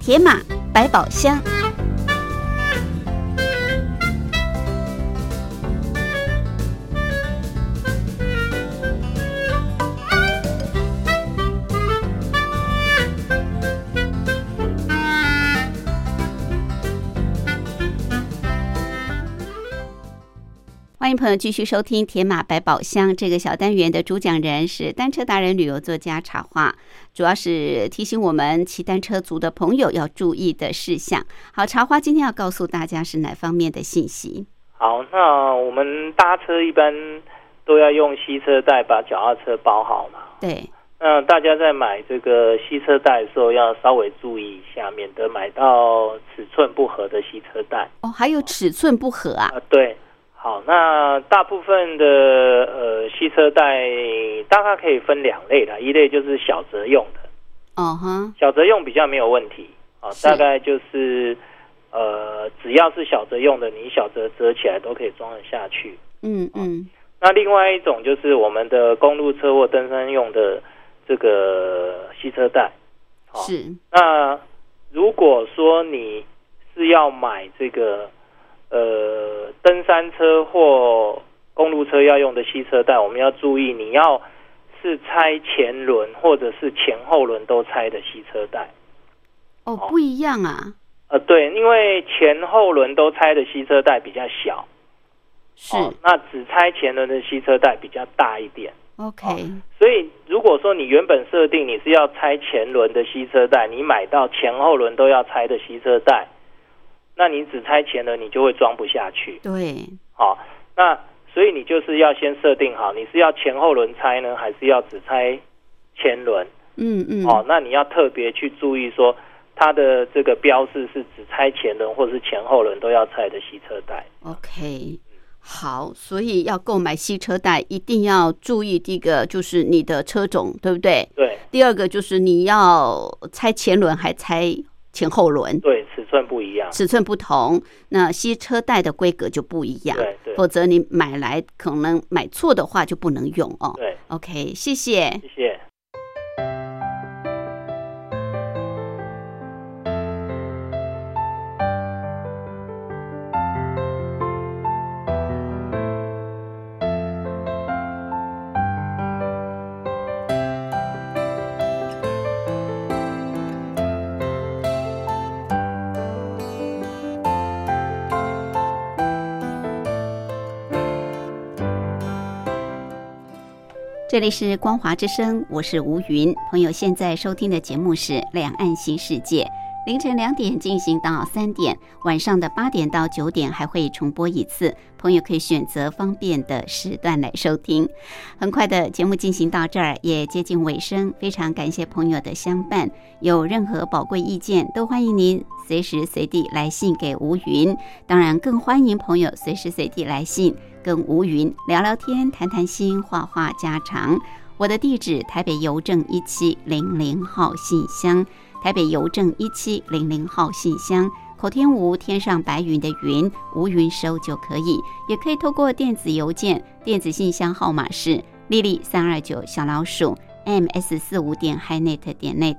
[SPEAKER 1] 铁马百宝箱。欢迎朋友继续收听《铁马百宝箱》这个小单元的主讲人是单车达人、旅游作家茶花。主要是提醒我们骑单车族的朋友要注意的事项。好，茶花今天要告诉大家是哪方面的信息？
[SPEAKER 2] 好，那我们搭车一般都要用吸车带把脚踏车包好嘛。
[SPEAKER 1] 对，
[SPEAKER 2] 那大家在买这个吸车带的时候，要稍微注意一下，免得买到尺寸不合的吸车带
[SPEAKER 1] 哦，还有尺寸不合啊
[SPEAKER 2] 啊、，对，好，那大部分的呃吸车带大概可以分两类啦，一类就是小折用的，
[SPEAKER 1] 哦哈，
[SPEAKER 2] 小折用比较没有问题啊，
[SPEAKER 1] 是
[SPEAKER 2] 大概就是呃只要是小折用的，你小折折起来都可以装得下去。
[SPEAKER 1] 嗯嗯，
[SPEAKER 2] 那另外一种就是我们的公路车或登山用的这个吸车带，好
[SPEAKER 1] 是，
[SPEAKER 2] 那如果说你是要买这个呃登山车或公路车要用的吸车带，我们要注意，你要是拆前轮或者是前后轮都拆的吸车带。
[SPEAKER 1] 哦，不一样啊，
[SPEAKER 2] 呃，对，因为前后轮都拆的吸车带比较小，
[SPEAKER 1] 是
[SPEAKER 2] 哦，那只拆前轮的吸车带比较大一点。
[SPEAKER 1] ，OK，
[SPEAKER 2] 所以，如果说你原本设定你是要拆前轮的吸车带，你买到前后轮都要拆的吸车带，那你只拆前轮，你就会装不下去。
[SPEAKER 1] 对，
[SPEAKER 2] 好、那所以你就是要先设定好，你是要前后轮拆呢，还是要只拆前轮？
[SPEAKER 1] 嗯嗯，
[SPEAKER 2] 哦，那你要特别去注意说，它的这个标示是只拆前轮或是前后轮都要拆的吸车带。
[SPEAKER 1] OK，好，所以要购买吸车带，一定要注意第一个就是你的车种，对不对？
[SPEAKER 2] 对
[SPEAKER 1] 第二个就是你要拆前轮还拆前后轮，
[SPEAKER 2] 对，尺寸不一样。
[SPEAKER 1] 尺寸不同，那吸车带的规格就不一样
[SPEAKER 2] 对，对
[SPEAKER 1] 否则你买来可能买错的话就不能用哦。
[SPEAKER 2] 对，
[SPEAKER 1] OK，谢谢
[SPEAKER 2] 谢。谢。
[SPEAKER 1] 这里是光华之声，我是吴云。朋友现在收听的节目是《两岸新世界》，凌晨两点进行到三点，晚上的八点到九点还会重播一次。朋友可以选择方便的时段来收听。很快的节目进行到这儿也接近尾声，非常感谢朋友的相伴。有任何宝贵意见，都欢迎您随时随地来信给吴云。当然，更欢迎朋友随时随地来信跟吴云聊聊天、谈谈心、话话家常。我的地址：台北邮政一七零零号信箱，台北邮政一七零零号信箱。口天吴，天上白云的云，吴云收就可以，也可以透过电子邮件，电子信箱号码是丽丽三二九小老鼠 m s 四五点 hinet 点 net。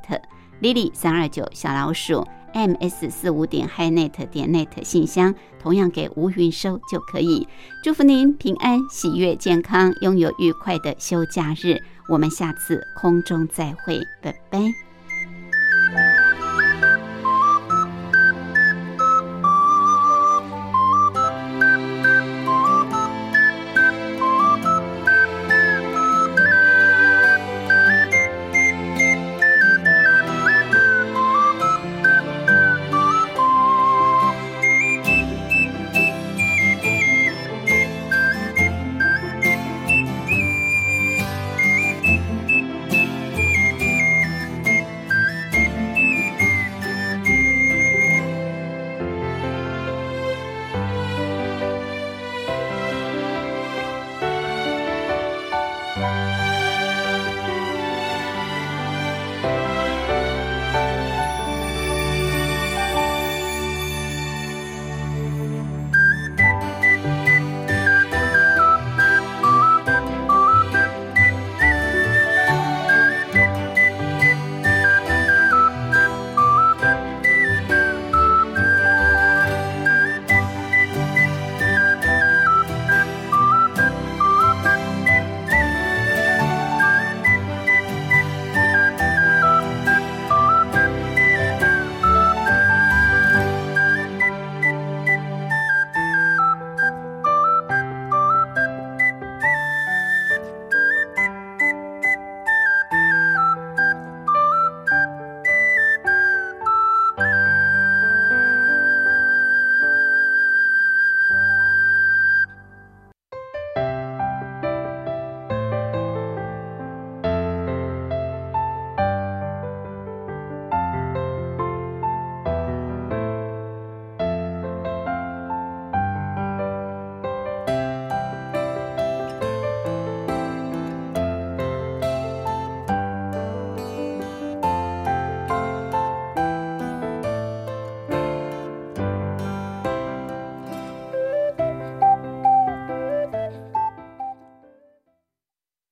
[SPEAKER 1] lily 三二九小老鼠 ms 四五点 hinet 点 net 信箱，同样给吴云收就可以。祝福您平安、喜悦、健康，拥有愉快的休假日。我们下次空中再会，拜拜。